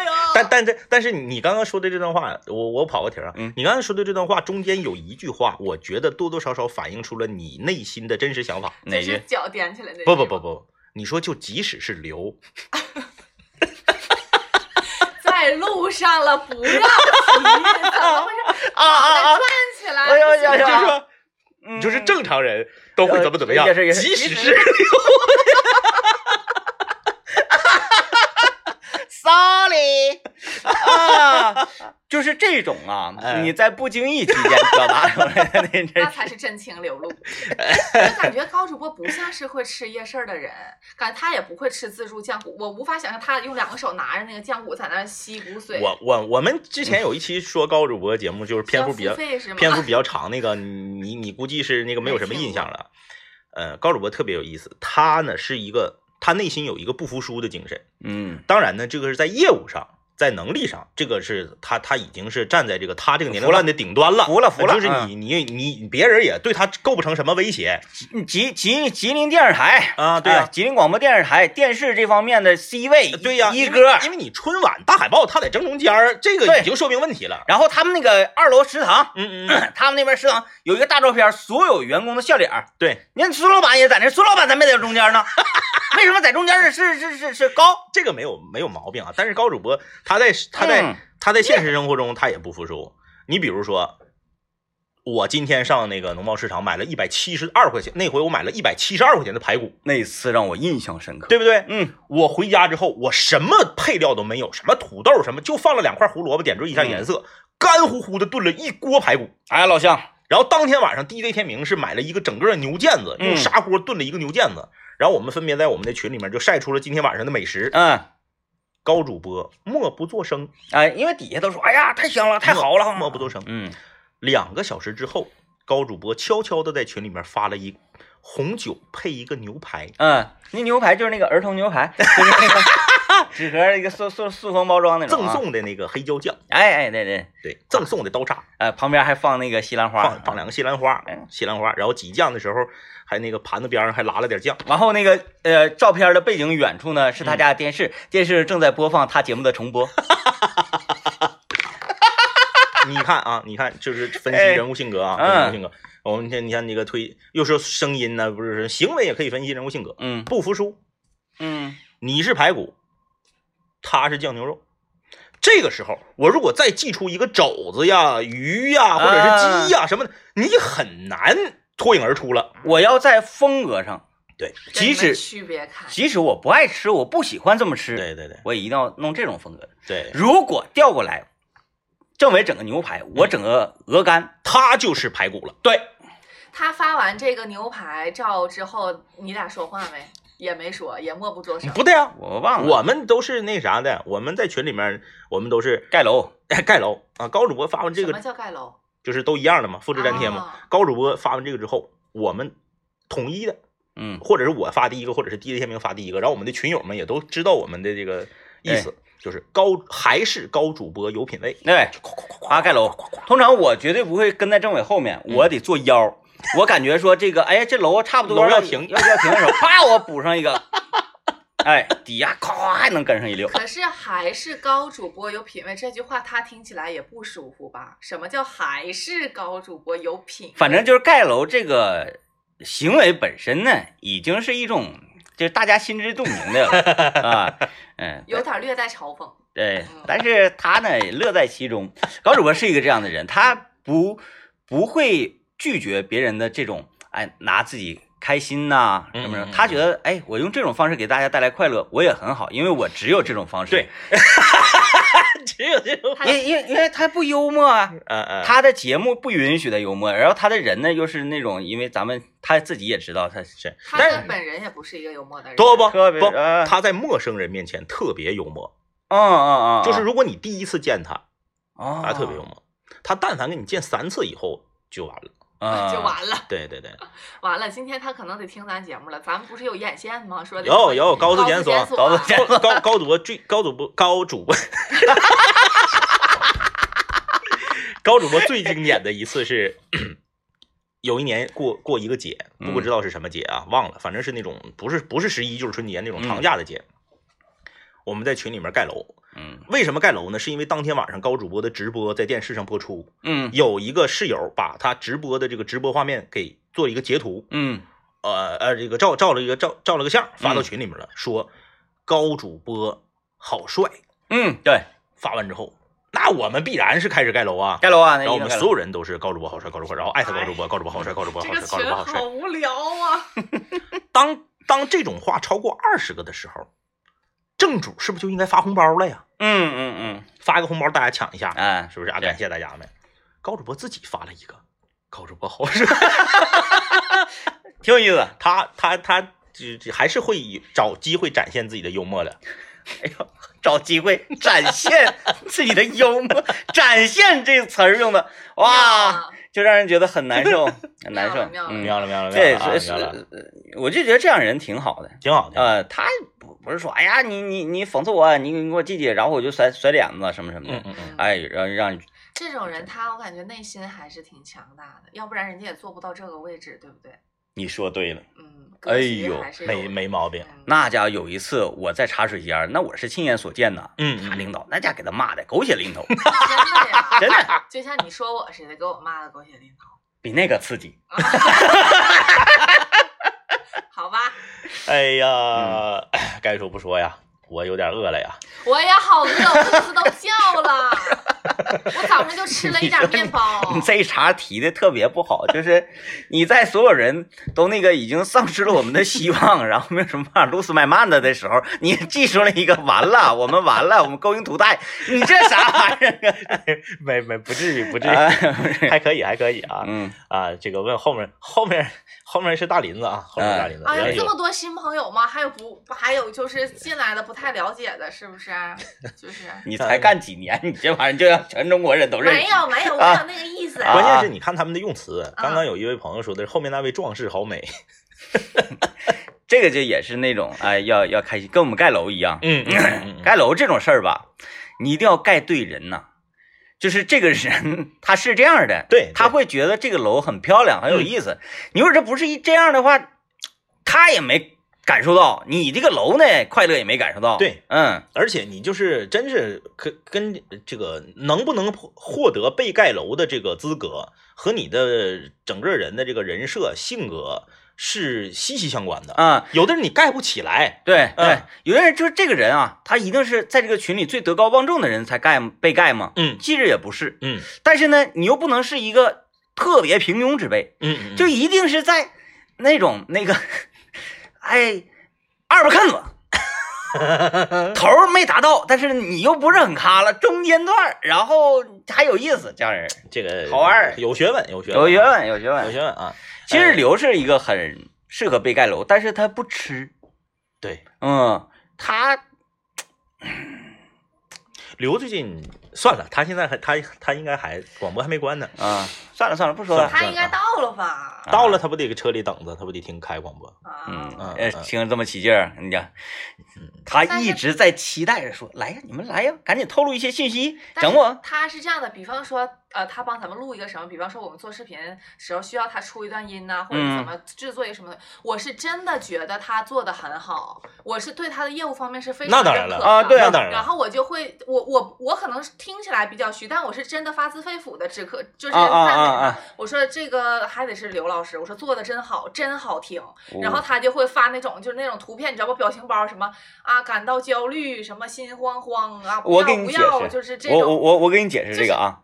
[SPEAKER 3] 哎呦，
[SPEAKER 2] 但但这但是你刚刚说的这段话，我我跑个题儿啊，
[SPEAKER 1] 嗯
[SPEAKER 2] 你刚刚说的这段话中间有一句话，我觉得多多少少反映出了你内心的真实想法。
[SPEAKER 1] 哪
[SPEAKER 3] 就是
[SPEAKER 1] 句？
[SPEAKER 3] 脚踮起来的。
[SPEAKER 2] 不不不，不，你说就即使是刘，
[SPEAKER 3] 在路上了，不让骑，怎么回事？
[SPEAKER 1] 啊啊啊！
[SPEAKER 2] [LAUGHS]
[SPEAKER 3] 站起来，
[SPEAKER 2] 啊
[SPEAKER 1] 哎呦哎呦
[SPEAKER 3] 啊
[SPEAKER 1] 是
[SPEAKER 2] 就是
[SPEAKER 1] 吧？
[SPEAKER 2] 说
[SPEAKER 1] 嗯
[SPEAKER 2] 就是正常人都会怎么怎么样，
[SPEAKER 1] 也是也是
[SPEAKER 2] 即使是 [LAUGHS]
[SPEAKER 1] sorry [LAUGHS] 啊，就是这种啊，
[SPEAKER 2] 哎啊
[SPEAKER 1] 你在不经意期间表达出来的那
[SPEAKER 3] 那
[SPEAKER 1] 真
[SPEAKER 3] 才是真情
[SPEAKER 2] [LAUGHS]
[SPEAKER 3] 流露。我感觉高主播不像是会吃夜市儿的人，感觉他也不会吃自助酱骨，我无法想象他用两个手拿着那个酱骨在那儿吸骨髓。
[SPEAKER 2] 我我我们之前有一期说高主播节目，就是篇幅比
[SPEAKER 3] 要
[SPEAKER 2] 较
[SPEAKER 3] 付费是吗？
[SPEAKER 2] 篇幅比较长，那个你你你估计是那个没有什么印象了。呃，高主播特别有意思，他呢是一个他内心有一个不服输的精神，
[SPEAKER 1] 嗯，
[SPEAKER 2] 当然呢，这个是在业务上。在能力上，这个是他，他已经是站在这个他这个年龄
[SPEAKER 1] 服了
[SPEAKER 2] 段的顶端了，呃
[SPEAKER 1] 服了服了
[SPEAKER 2] 就是你你你别人也对他构不成什么威胁
[SPEAKER 1] 嗯吉吉吉林电视台
[SPEAKER 2] 啊，对呀、呃
[SPEAKER 1] 哎吉林广播电视台电视这方面的 C 位，
[SPEAKER 2] 对呀、
[SPEAKER 1] 一
[SPEAKER 2] 因为
[SPEAKER 1] 哥。
[SPEAKER 2] 因为你春晚大海报他在正中间儿，这个
[SPEAKER 1] 对
[SPEAKER 2] 已经说明问题了。
[SPEAKER 1] 然后他们那个二楼食堂， [CLEARS THROAT]
[SPEAKER 2] 嗯嗯，
[SPEAKER 1] 他们那边食堂有一个大照片，所有员工的笑脸儿。
[SPEAKER 2] 对，
[SPEAKER 1] 你看孙老板也在那，孙老板咱没在中间呢， [LAUGHS] 为什么在中间是是是是是高？
[SPEAKER 2] [CLEARS THROAT] 这个没有没有毛病啊。但是高主播他在他在、
[SPEAKER 1] 嗯
[SPEAKER 2] 他在现实生活中他也不服输。你比如说，我今天上那个农贸市场买了一百七十二块钱，那回我买了一百七十二块钱的排骨，
[SPEAKER 1] 那次让我印象深刻。
[SPEAKER 2] 对不对？
[SPEAKER 1] 嗯，
[SPEAKER 2] 我回家之后，我什么配料都没有，什么土豆什么，就放了两块胡萝卜点缀一下颜色，干乎乎的炖了一锅排骨。
[SPEAKER 1] 哎，老乡，
[SPEAKER 2] 然后当天晚上，DJ 天明是买了一个整个牛腱子，
[SPEAKER 1] 嗯
[SPEAKER 2] 用砂锅炖了一个牛腱子。然后我们分别在我们的群里面就晒出了今天晚上的美食。
[SPEAKER 1] 嗯，
[SPEAKER 2] 高主播默不作声，
[SPEAKER 1] 哎，因为底下都说，哎呀，太香了，太好了，
[SPEAKER 2] 默不作声。
[SPEAKER 1] 嗯，
[SPEAKER 2] 两个小时之后，高主播悄悄的在群里面发了一红酒配一个牛排，
[SPEAKER 1] 嗯，那牛排就是那个儿童牛排，就是那个 [LAUGHS] 纸盒儿一个塑塑塑封包装那种、啊
[SPEAKER 2] 赠。送的那个黑椒酱，
[SPEAKER 1] 哎哎，对对，
[SPEAKER 2] 对，赠送的刀叉，
[SPEAKER 1] 呃，旁边还放那个西兰花，
[SPEAKER 2] 放放两个西兰花
[SPEAKER 1] 嗯，
[SPEAKER 2] 西兰花。然后挤酱的时候，还那个盘子边上还拉了点酱。
[SPEAKER 1] 然后那个呃，照片的背景远处呢是
[SPEAKER 2] 嗯
[SPEAKER 1] 他家的电视，电视正在播放他节目的重
[SPEAKER 2] [LAUGHS]
[SPEAKER 1] 播。
[SPEAKER 2] 你看啊，你看，就是分析
[SPEAKER 1] 哎
[SPEAKER 2] 人物性格啊，
[SPEAKER 1] 嗯
[SPEAKER 2] 分析人物性格。我们先你看那个推，又说声音呢、不是行为也可以分析人物性格。
[SPEAKER 1] 嗯
[SPEAKER 2] 不服输，
[SPEAKER 1] 嗯
[SPEAKER 2] 你是排骨，他是酱牛肉。这个时候，我如果再寄出一个肘子呀、鱼呀，或者是鸡呀、什么的，你很难脱颖而出了。
[SPEAKER 1] 我要在风格上，
[SPEAKER 2] 对，
[SPEAKER 3] 跟你
[SPEAKER 1] 即使
[SPEAKER 3] 们区别开，
[SPEAKER 1] 即使我不爱吃，我不喜欢这么吃，
[SPEAKER 2] 对对对
[SPEAKER 1] 我也一定要弄这种风格。
[SPEAKER 2] 对，
[SPEAKER 1] 如果调过来，政委整个牛排，
[SPEAKER 2] 嗯
[SPEAKER 1] 我整个鹅肝，
[SPEAKER 2] 他就是排骨了。
[SPEAKER 1] 对，
[SPEAKER 3] 他发完这个牛排照之后，你俩说话没？也没说，也默不作声。
[SPEAKER 2] 不对啊，
[SPEAKER 1] 我忘了，
[SPEAKER 2] 我们都是那啥的，我们在群里面，我们都是
[SPEAKER 1] 盖楼，
[SPEAKER 2] 哎盖楼啊。高主播发完这
[SPEAKER 3] 什
[SPEAKER 2] 个
[SPEAKER 3] 么叫盖楼？
[SPEAKER 2] 就是都一样的嘛，复制粘贴嘛。
[SPEAKER 3] 啊
[SPEAKER 2] 高主播发完这个之后，我们统一的，
[SPEAKER 1] 嗯，
[SPEAKER 2] 或者是我发第一个，或者是第一天明发第一个，然后我们的群友们也都知道我们的这个意思，
[SPEAKER 1] 哎
[SPEAKER 2] 就是高还是高主播有品位，
[SPEAKER 1] 对，夸盖楼。通常我绝对不会跟在政委后面，
[SPEAKER 2] 嗯
[SPEAKER 1] 我得做腰。我感觉说这个，哎，这楼差不多
[SPEAKER 2] 楼要
[SPEAKER 1] 要
[SPEAKER 2] 停
[SPEAKER 1] 要要停
[SPEAKER 2] [LAUGHS]
[SPEAKER 1] 的时候，啪，我补上一个，哎，底下咔咔还能跟上一溜。
[SPEAKER 3] 可是还是高主播有品位这句话，他听起来也不舒服吧？什么叫还是高主播有品位？
[SPEAKER 1] 反正就是盖楼这个行为本身呢，已经是一种就是大家心知肚明的
[SPEAKER 2] [LAUGHS]
[SPEAKER 1] 了啊，嗯，
[SPEAKER 3] 有点略带嘲讽。
[SPEAKER 1] 对，
[SPEAKER 2] 嗯
[SPEAKER 1] 但是他呢也乐在其中。高主播是一个这样的人，他不不会拒绝别人的这种哎拿自己开心呐、
[SPEAKER 2] 嗯
[SPEAKER 1] 什么什么
[SPEAKER 2] 嗯，
[SPEAKER 1] 他觉得哎我用这种方式给大家带来快乐，我也很好，因为我只有这种方式。
[SPEAKER 2] 对，只有这种，
[SPEAKER 3] 他
[SPEAKER 1] 因因为因为他不幽默啊，
[SPEAKER 2] 嗯嗯，
[SPEAKER 1] 他的节目不允许他幽默，然后他的人呢又是那种，因为咱们他自己也知道他
[SPEAKER 2] 是，
[SPEAKER 3] 他
[SPEAKER 2] 但
[SPEAKER 3] 的
[SPEAKER 2] 是
[SPEAKER 3] 本人也不是一个幽默的人。
[SPEAKER 2] 不不
[SPEAKER 1] 特别
[SPEAKER 2] 不，
[SPEAKER 1] 呃
[SPEAKER 2] 他在陌生人面前特别幽默，
[SPEAKER 1] 嗯嗯嗯，
[SPEAKER 2] 就是如果你第一次见他，
[SPEAKER 1] 啊
[SPEAKER 2] 他特别幽默，他但凡跟你见三次以后就完了。
[SPEAKER 1] 啊
[SPEAKER 3] 就完了，
[SPEAKER 2] 对对对，
[SPEAKER 3] 完了！今天他可能得听咱节目了。咱们不是有眼线吗？说的
[SPEAKER 2] 有有高
[SPEAKER 3] 高
[SPEAKER 2] 度
[SPEAKER 3] 检
[SPEAKER 2] 检索，
[SPEAKER 3] 索
[SPEAKER 1] 高度
[SPEAKER 3] [LAUGHS] 啊
[SPEAKER 1] 检
[SPEAKER 2] 高高高主播最高主播高主播， [LAUGHS] 高主播最经典的一次是，有一年过过一个节，
[SPEAKER 1] 嗯
[SPEAKER 2] 不知道是什么节啊，忘了，反正是那种不是不是十一就是春节那种长假的节。我们在群里面盖楼，
[SPEAKER 1] 嗯
[SPEAKER 2] 为什么盖楼呢？是因为当天晚上高主播的直播在电视上播出，
[SPEAKER 1] 嗯
[SPEAKER 2] 有一个室友把他直播的这个直播画面给做了一个截图，
[SPEAKER 1] 嗯
[SPEAKER 2] 呃呃，这个照照了一个照照了个相，发到群里面了，说高主播好帅。
[SPEAKER 1] 嗯，对，
[SPEAKER 2] 发完之后，那那我们必然是开始盖楼啊。
[SPEAKER 1] 盖楼啊，那
[SPEAKER 2] 然后我
[SPEAKER 1] 一定
[SPEAKER 2] 们
[SPEAKER 1] 盖
[SPEAKER 2] 所
[SPEAKER 1] 楼。哎
[SPEAKER 2] 有人都是高主播好帅，高主播，然后艾特高主播，高主播好帅，高主播
[SPEAKER 3] 这
[SPEAKER 2] 好
[SPEAKER 3] 个
[SPEAKER 2] 帅，高主播
[SPEAKER 3] 群
[SPEAKER 2] 好帅
[SPEAKER 3] 好。无聊啊！
[SPEAKER 2] 当当这种话超过二十个的时候，正主是不是就应该发红包了呀？
[SPEAKER 1] 嗯嗯
[SPEAKER 2] 发个红包大家抢一下
[SPEAKER 1] 嗯，，哎，
[SPEAKER 2] 是不是啊？
[SPEAKER 1] 对
[SPEAKER 2] 感谢大家们。高主播自己发了一个，高主播好 [LAUGHS] 帅，
[SPEAKER 1] 挺有意思。
[SPEAKER 2] 他他他这这还是会以找机会展现自己的幽默的。
[SPEAKER 1] 哎呦，找机会展现自己的幽默，展现这个词儿用的，哇，就让人觉得很难
[SPEAKER 3] [LAUGHS]
[SPEAKER 1] 受，很难受。
[SPEAKER 3] 啊妙了
[SPEAKER 1] 嗯，
[SPEAKER 2] 明白了，明白了，明
[SPEAKER 1] 对，
[SPEAKER 2] 白
[SPEAKER 1] 是
[SPEAKER 2] 了，
[SPEAKER 1] 是，
[SPEAKER 2] 明白了，嗯
[SPEAKER 1] 呃我就觉得这样人挺好的。
[SPEAKER 2] 挺好的。
[SPEAKER 1] 呃，他不不是说，哎呀，你你你讽刺我，啊你你给我记记，然后我就甩甩脸子什么什么
[SPEAKER 2] 嗯
[SPEAKER 1] 的，
[SPEAKER 2] 嗯嗯，
[SPEAKER 1] 哎，让让
[SPEAKER 3] 这种人他我感觉内心还是挺强大的，要不然人家也做不到这个位置，对不对？
[SPEAKER 1] 你说对了。
[SPEAKER 3] 嗯，
[SPEAKER 1] 哎
[SPEAKER 3] 格局
[SPEAKER 1] 呦
[SPEAKER 3] 还是有
[SPEAKER 2] 没没毛病。
[SPEAKER 3] 嗯
[SPEAKER 1] 那家有一次我在茶水间儿，啊那我是亲眼所见呐，
[SPEAKER 2] 嗯
[SPEAKER 1] 他领导那家给他骂的狗血淋头，
[SPEAKER 2] [LAUGHS]
[SPEAKER 3] 真的呀，
[SPEAKER 1] 真的
[SPEAKER 3] 就像你说我似的，给我骂的狗血淋头。
[SPEAKER 1] 比那个刺激。
[SPEAKER 3] 好吧，
[SPEAKER 2] 哎呀，该说不说呀，我有点饿了呀。
[SPEAKER 3] 我也好饿，我肚子都叫了。我早上就吃了一点面包。
[SPEAKER 1] [LAUGHS] 你这一茬提的特别不好，就是你在所有人都那个已经丧失了我们的希望， [LAUGHS] 然后没有什么办法露丝麦曼的的时候，你记出了一个完了，我们完了，我们勾引图带，你这啥玩意儿
[SPEAKER 2] [LAUGHS]
[SPEAKER 1] [LAUGHS]
[SPEAKER 2] 没没，不至于，不至
[SPEAKER 1] 啊
[SPEAKER 2] 于，？ [LAUGHS] 还可以，还可以啊。
[SPEAKER 1] 嗯，
[SPEAKER 2] 啊，这个问后面后面后面是大林子啊，后面是大林子。
[SPEAKER 3] 哎
[SPEAKER 2] 哎
[SPEAKER 3] 呀，
[SPEAKER 2] 呦
[SPEAKER 3] 这么多新朋友吗？还有不，还有就是进来的不太了解的，是不是？
[SPEAKER 1] [LAUGHS]
[SPEAKER 3] 就是
[SPEAKER 1] 你才干几年，你这玩意儿就让全中国人都认
[SPEAKER 3] 没
[SPEAKER 1] 识。
[SPEAKER 3] 有没有，我没有那个意思。
[SPEAKER 1] 啊
[SPEAKER 2] 关键是你看他们的用词，刚刚有一位朋友说的是后面那位壮士好美，
[SPEAKER 1] 这个就也是那种哎，要要开心，跟我们盖楼一样，
[SPEAKER 2] 嗯 [LAUGHS] 嗯
[SPEAKER 1] 盖楼这种事儿吧，你一定要盖对人呐、就是这个人他是这样的，
[SPEAKER 2] 对对
[SPEAKER 1] 他会觉得这个楼很漂亮，很有
[SPEAKER 2] 嗯
[SPEAKER 1] 意思。你说这不是一这样的话，他也没感受到，你这个楼呢快乐也没感受到。
[SPEAKER 2] 对，
[SPEAKER 1] 嗯，
[SPEAKER 2] 而且你就是真是跟跟这个能不能获得被盖楼的这个资格和你的整个人的这个人设性格是息息相关的。
[SPEAKER 1] 啊，
[SPEAKER 2] 有的人你盖不起来，
[SPEAKER 1] 对对，
[SPEAKER 2] 嗯
[SPEAKER 1] 有的人就是这个人啊，他一定是在这个群里最德高望重的人才盖被盖嘛，
[SPEAKER 2] 嗯
[SPEAKER 1] 其实也不是。
[SPEAKER 2] 嗯
[SPEAKER 1] 但是呢，你又不能是一个特别平庸之辈，
[SPEAKER 2] 嗯，
[SPEAKER 1] 就一定是在那种那个， [LAUGHS] 哎，二八坑子。 [LAUGHS] 头儿没达到，但是你又不是很咖了，中间段儿，然后还有意思，这样人
[SPEAKER 2] 这个
[SPEAKER 1] 好玩儿
[SPEAKER 2] 有学问，有学问，
[SPEAKER 1] 有学，问，有学
[SPEAKER 2] 有
[SPEAKER 1] 问。
[SPEAKER 2] 学问啊！
[SPEAKER 1] 其实刘是一个很适合被盖楼，但是他不吃，
[SPEAKER 2] 对，
[SPEAKER 1] 嗯，他
[SPEAKER 2] 刘最近算了，他现在还他他应该还广播还没关呢，
[SPEAKER 1] 啊，算了算了，不说了，
[SPEAKER 3] 他应该到了
[SPEAKER 1] 啊
[SPEAKER 3] 吧？
[SPEAKER 2] 到了他不得搁车里等着，他不得听开广播。
[SPEAKER 1] 嗯
[SPEAKER 3] 啊，，
[SPEAKER 1] 呃，听着这么起劲儿，你讲，他一直在期待着说，来呀，你们来呀，赶紧透露一些信息，
[SPEAKER 3] 但
[SPEAKER 1] 整
[SPEAKER 3] 是
[SPEAKER 1] 我，
[SPEAKER 3] 他是这样的，比方说，呃，他帮咱们录一个什么，比方说我们做视频时候需要他出一段音呐、或者
[SPEAKER 1] 嗯
[SPEAKER 3] 怎么制作一个什么的，我是真的觉得他做的很好，我是对他的业务方面是非
[SPEAKER 2] 那
[SPEAKER 3] 常
[SPEAKER 2] 当然
[SPEAKER 3] 认
[SPEAKER 2] 了
[SPEAKER 3] 可的。
[SPEAKER 1] 啊对
[SPEAKER 2] 那当然
[SPEAKER 3] 然
[SPEAKER 2] 了，
[SPEAKER 3] 后我就会，我我我可能是听起来比较虚，但我是真的发自肺腑的，只可就是
[SPEAKER 1] 啊
[SPEAKER 3] 赞
[SPEAKER 1] 啊
[SPEAKER 3] 美
[SPEAKER 1] 啊
[SPEAKER 3] 他
[SPEAKER 1] 啊！
[SPEAKER 3] 我说这个还得是刘老师，我说做的真好，真好听。然后
[SPEAKER 1] 哦
[SPEAKER 3] 他就会发那种就是那种图片，你知道吧？表情包什么啊，感到焦虑，什么心慌慌啊，不
[SPEAKER 1] 我
[SPEAKER 3] 要
[SPEAKER 1] 给你
[SPEAKER 3] 不
[SPEAKER 1] 解
[SPEAKER 3] 要，
[SPEAKER 1] 释，
[SPEAKER 3] 就是这
[SPEAKER 1] 我我
[SPEAKER 3] 种。
[SPEAKER 1] 我我给你解释这个啊，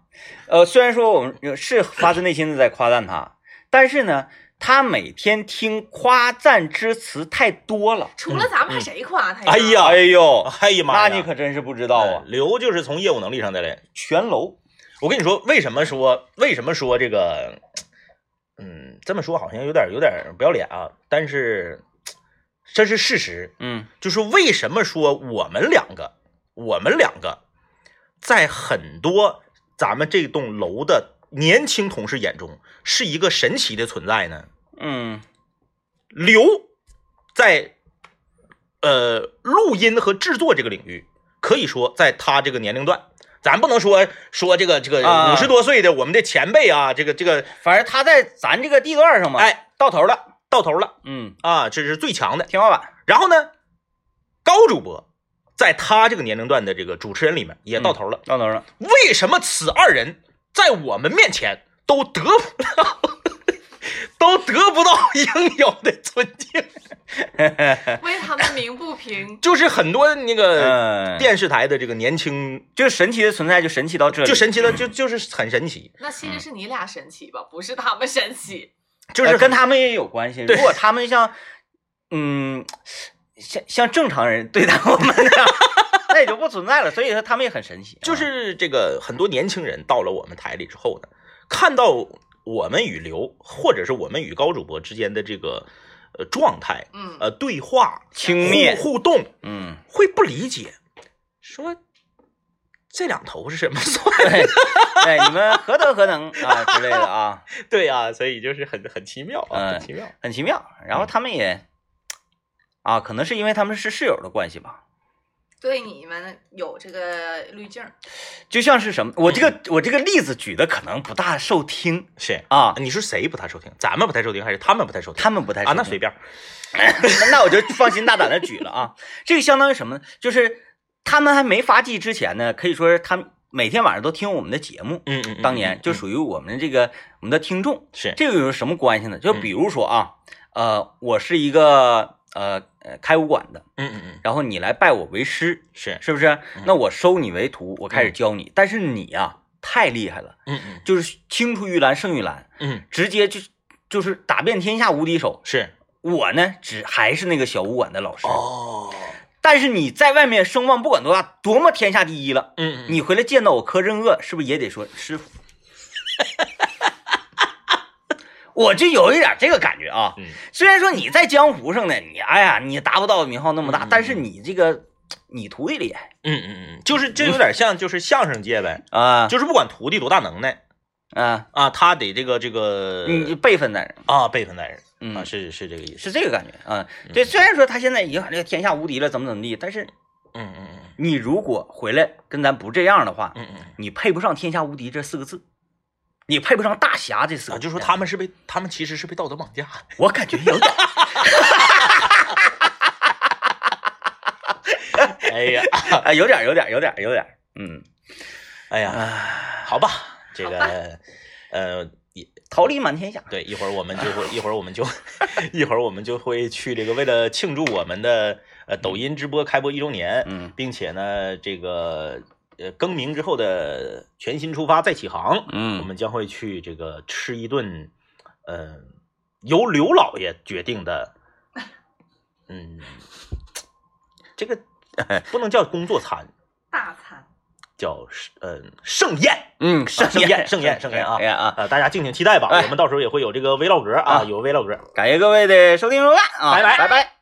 [SPEAKER 1] 呃，虽然说我们是发自内心的在夸赞他，但是呢，他每天听夸赞之词太多了。
[SPEAKER 3] 除了咱们还谁夸他呀？
[SPEAKER 2] 哎呀
[SPEAKER 1] 嗯哎呦，
[SPEAKER 2] 哎呀妈
[SPEAKER 1] 那
[SPEAKER 2] 呀！
[SPEAKER 1] 你可真是不知道啊
[SPEAKER 2] 嗯，刘就是从业务能力上再来。
[SPEAKER 1] 全楼
[SPEAKER 2] 我跟你说，为什么说为什么说这个？嗯，这么说好像有点有点不要脸啊，但是这是事实。
[SPEAKER 1] 嗯
[SPEAKER 2] 就是为什么说我们两个，我们两个在很多咱们这栋楼的年轻同事眼中是一个神奇的存在呢？
[SPEAKER 1] 嗯
[SPEAKER 2] 刘在呃录音和制作这个领域，可以说在他这个年龄段，咱不能说说这个这个
[SPEAKER 1] 啊
[SPEAKER 2] 五十多岁的我们的前辈啊，这个这个
[SPEAKER 1] 反正他在咱这个地段上嘛，，
[SPEAKER 2] 哎
[SPEAKER 1] 到头了，
[SPEAKER 2] 到头了
[SPEAKER 1] 嗯，
[SPEAKER 2] 啊，这是最强的。
[SPEAKER 1] 天花板，
[SPEAKER 2] 然后呢，高主播在他这个年龄段的这个主持人里面也到头了。
[SPEAKER 1] 到头了，
[SPEAKER 2] 为什么此二人在我们面前都得 [LAUGHS] 不到，都得不到应有的尊敬？
[SPEAKER 3] 为他们鸣
[SPEAKER 1] [LAUGHS]
[SPEAKER 3] 不平。
[SPEAKER 2] 就是很多那个
[SPEAKER 1] 嗯，
[SPEAKER 2] 电视台的这个年轻，
[SPEAKER 1] 就是神奇的存在，就神奇到这里，
[SPEAKER 2] 就神奇的就就是很神
[SPEAKER 1] 哎
[SPEAKER 2] 奇，
[SPEAKER 3] 那
[SPEAKER 1] 嗯
[SPEAKER 3] 其实是你俩神奇吧，不是他们神奇。
[SPEAKER 2] 就
[SPEAKER 1] 呃
[SPEAKER 2] 是
[SPEAKER 1] 跟
[SPEAKER 2] 很
[SPEAKER 1] 他们也有关系。
[SPEAKER 2] 对
[SPEAKER 1] 如果他们像，嗯，像像正常人对待我们那样， [LAUGHS] 那也就不存在了。所以说他们也很神奇，
[SPEAKER 2] 就
[SPEAKER 1] 啊
[SPEAKER 2] 是这个很多年轻人到了我们台里之后呢，看到我们与刘或者是我们与高主播之间的这个呃状态，
[SPEAKER 3] 嗯，
[SPEAKER 2] 呃对话、
[SPEAKER 1] 轻蔑，
[SPEAKER 2] 互互动，
[SPEAKER 1] 嗯，
[SPEAKER 2] 会不理解，说这两头是什么 [LAUGHS] 算？
[SPEAKER 1] 对，对，哎你们何德何能啊之类的啊，
[SPEAKER 2] 对啊，所以就是很很奇妙啊，
[SPEAKER 1] 嗯
[SPEAKER 2] 很奇妙。
[SPEAKER 1] 很奇妙。然后他们也，啊，可能是因为他们是室友的关系吧，
[SPEAKER 3] 对你们有这个滤镜儿，
[SPEAKER 1] 就像是什么，我这个我这个例子举的可能不大受听
[SPEAKER 2] 是
[SPEAKER 1] 啊，
[SPEAKER 2] 你说谁不太受听？咱们不太受听，还是他们不太受听？
[SPEAKER 1] 他们不太
[SPEAKER 2] 啊，那
[SPEAKER 1] 受听
[SPEAKER 2] 随便。
[SPEAKER 1] [LAUGHS] 那我就放心大胆的举了啊。这个相当于什么呢？就是他们还没发迹之前呢，可以说是他们每天晚上都听我们的节目。
[SPEAKER 2] 嗯嗯，嗯
[SPEAKER 1] 当年就
[SPEAKER 2] 嗯
[SPEAKER 1] 属于我们这个我们的听众，
[SPEAKER 2] 是
[SPEAKER 1] 这个有什么关系呢？
[SPEAKER 2] 嗯
[SPEAKER 1] 就比如说啊，呃，我是一个呃呃开武馆的，
[SPEAKER 2] 嗯嗯嗯
[SPEAKER 1] 然后你来拜我为师，
[SPEAKER 2] 是
[SPEAKER 1] 是不是？
[SPEAKER 2] 嗯
[SPEAKER 1] 那我收你为徒，我开始教你。但是你呀、太厉害了，
[SPEAKER 2] 嗯嗯
[SPEAKER 1] 就是青出于蓝胜于蓝，
[SPEAKER 2] 嗯
[SPEAKER 1] 直接就就是打遍天下无敌手。
[SPEAKER 2] 是
[SPEAKER 1] 我呢，只还是那个小武馆的老师，
[SPEAKER 2] 哦，
[SPEAKER 1] 但是你在外面声望不管多大，多么天下第一了，
[SPEAKER 2] 嗯嗯
[SPEAKER 1] 你回来见到我柯镇恶，是不是也得说师傅？ [LAUGHS] 我就有一点这个感觉啊。
[SPEAKER 2] 嗯
[SPEAKER 1] 虽然说你在江湖上呢，你哎呀，你达不到名号那么大，
[SPEAKER 2] 嗯
[SPEAKER 1] 但是你这个你徒弟厉害
[SPEAKER 2] 嗯嗯嗯，就是这有点像就是相声界呗，
[SPEAKER 1] 啊
[SPEAKER 2] 就是不管徒弟多大能耐
[SPEAKER 1] 啊，
[SPEAKER 2] 啊，他得这个这个
[SPEAKER 1] 你辈分在这
[SPEAKER 2] 啊辈分在人
[SPEAKER 1] 嗯
[SPEAKER 2] 呃啊，嗯是是这个意思。
[SPEAKER 1] 是这个感觉啊。对，虽然说他现在已经这个天下无敌了，怎么怎么地，但是
[SPEAKER 2] 嗯嗯嗯
[SPEAKER 1] 你如果回来跟咱不这样的话，
[SPEAKER 2] 嗯嗯
[SPEAKER 1] 你配不上“天下无敌”这四个字，你配不上“大侠”这四
[SPEAKER 2] 嗯，
[SPEAKER 1] 个
[SPEAKER 2] 啊，
[SPEAKER 1] 字。
[SPEAKER 2] 就说他们是被他们其实是被道德绑架。 [LAUGHS]
[SPEAKER 1] 我感觉有点，
[SPEAKER 2] 哎呀，
[SPEAKER 1] 啊，有点，有点，有点，有点，嗯，
[SPEAKER 2] [LAUGHS] 哎呀，
[SPEAKER 1] 啊，
[SPEAKER 2] 好吧，这
[SPEAKER 3] 好
[SPEAKER 2] 个呃。也
[SPEAKER 1] 桃李满天下，
[SPEAKER 2] 对，一会儿我们就会，一会儿我们就， [LAUGHS] 一会儿我们就会去这个，为了庆祝我们的呃抖音直播开播一周年，
[SPEAKER 1] 嗯
[SPEAKER 2] 并且呢，这个呃更名之后的全新出发再起航，我
[SPEAKER 1] 嗯，
[SPEAKER 2] 们将会去这个吃一顿，呃，由刘老爷决
[SPEAKER 1] [LAUGHS]
[SPEAKER 2] 定的，嗯，这个不能叫工作餐，
[SPEAKER 3] 大餐。
[SPEAKER 2] 叫呃盛宴。
[SPEAKER 1] 嗯，
[SPEAKER 2] 盛
[SPEAKER 1] 盛
[SPEAKER 2] 宴
[SPEAKER 1] [LAUGHS] 宴，
[SPEAKER 2] 盛宴盛宴啊
[SPEAKER 1] 哎呀啊！
[SPEAKER 2] 呃，大家敬请期待吧，
[SPEAKER 1] 哎
[SPEAKER 2] 我们到时候也会有这个 vlog 啊，
[SPEAKER 1] 啊
[SPEAKER 2] 有 vlog。
[SPEAKER 1] 感谢各位的收听收看啊，
[SPEAKER 2] 拜拜
[SPEAKER 1] 拜拜。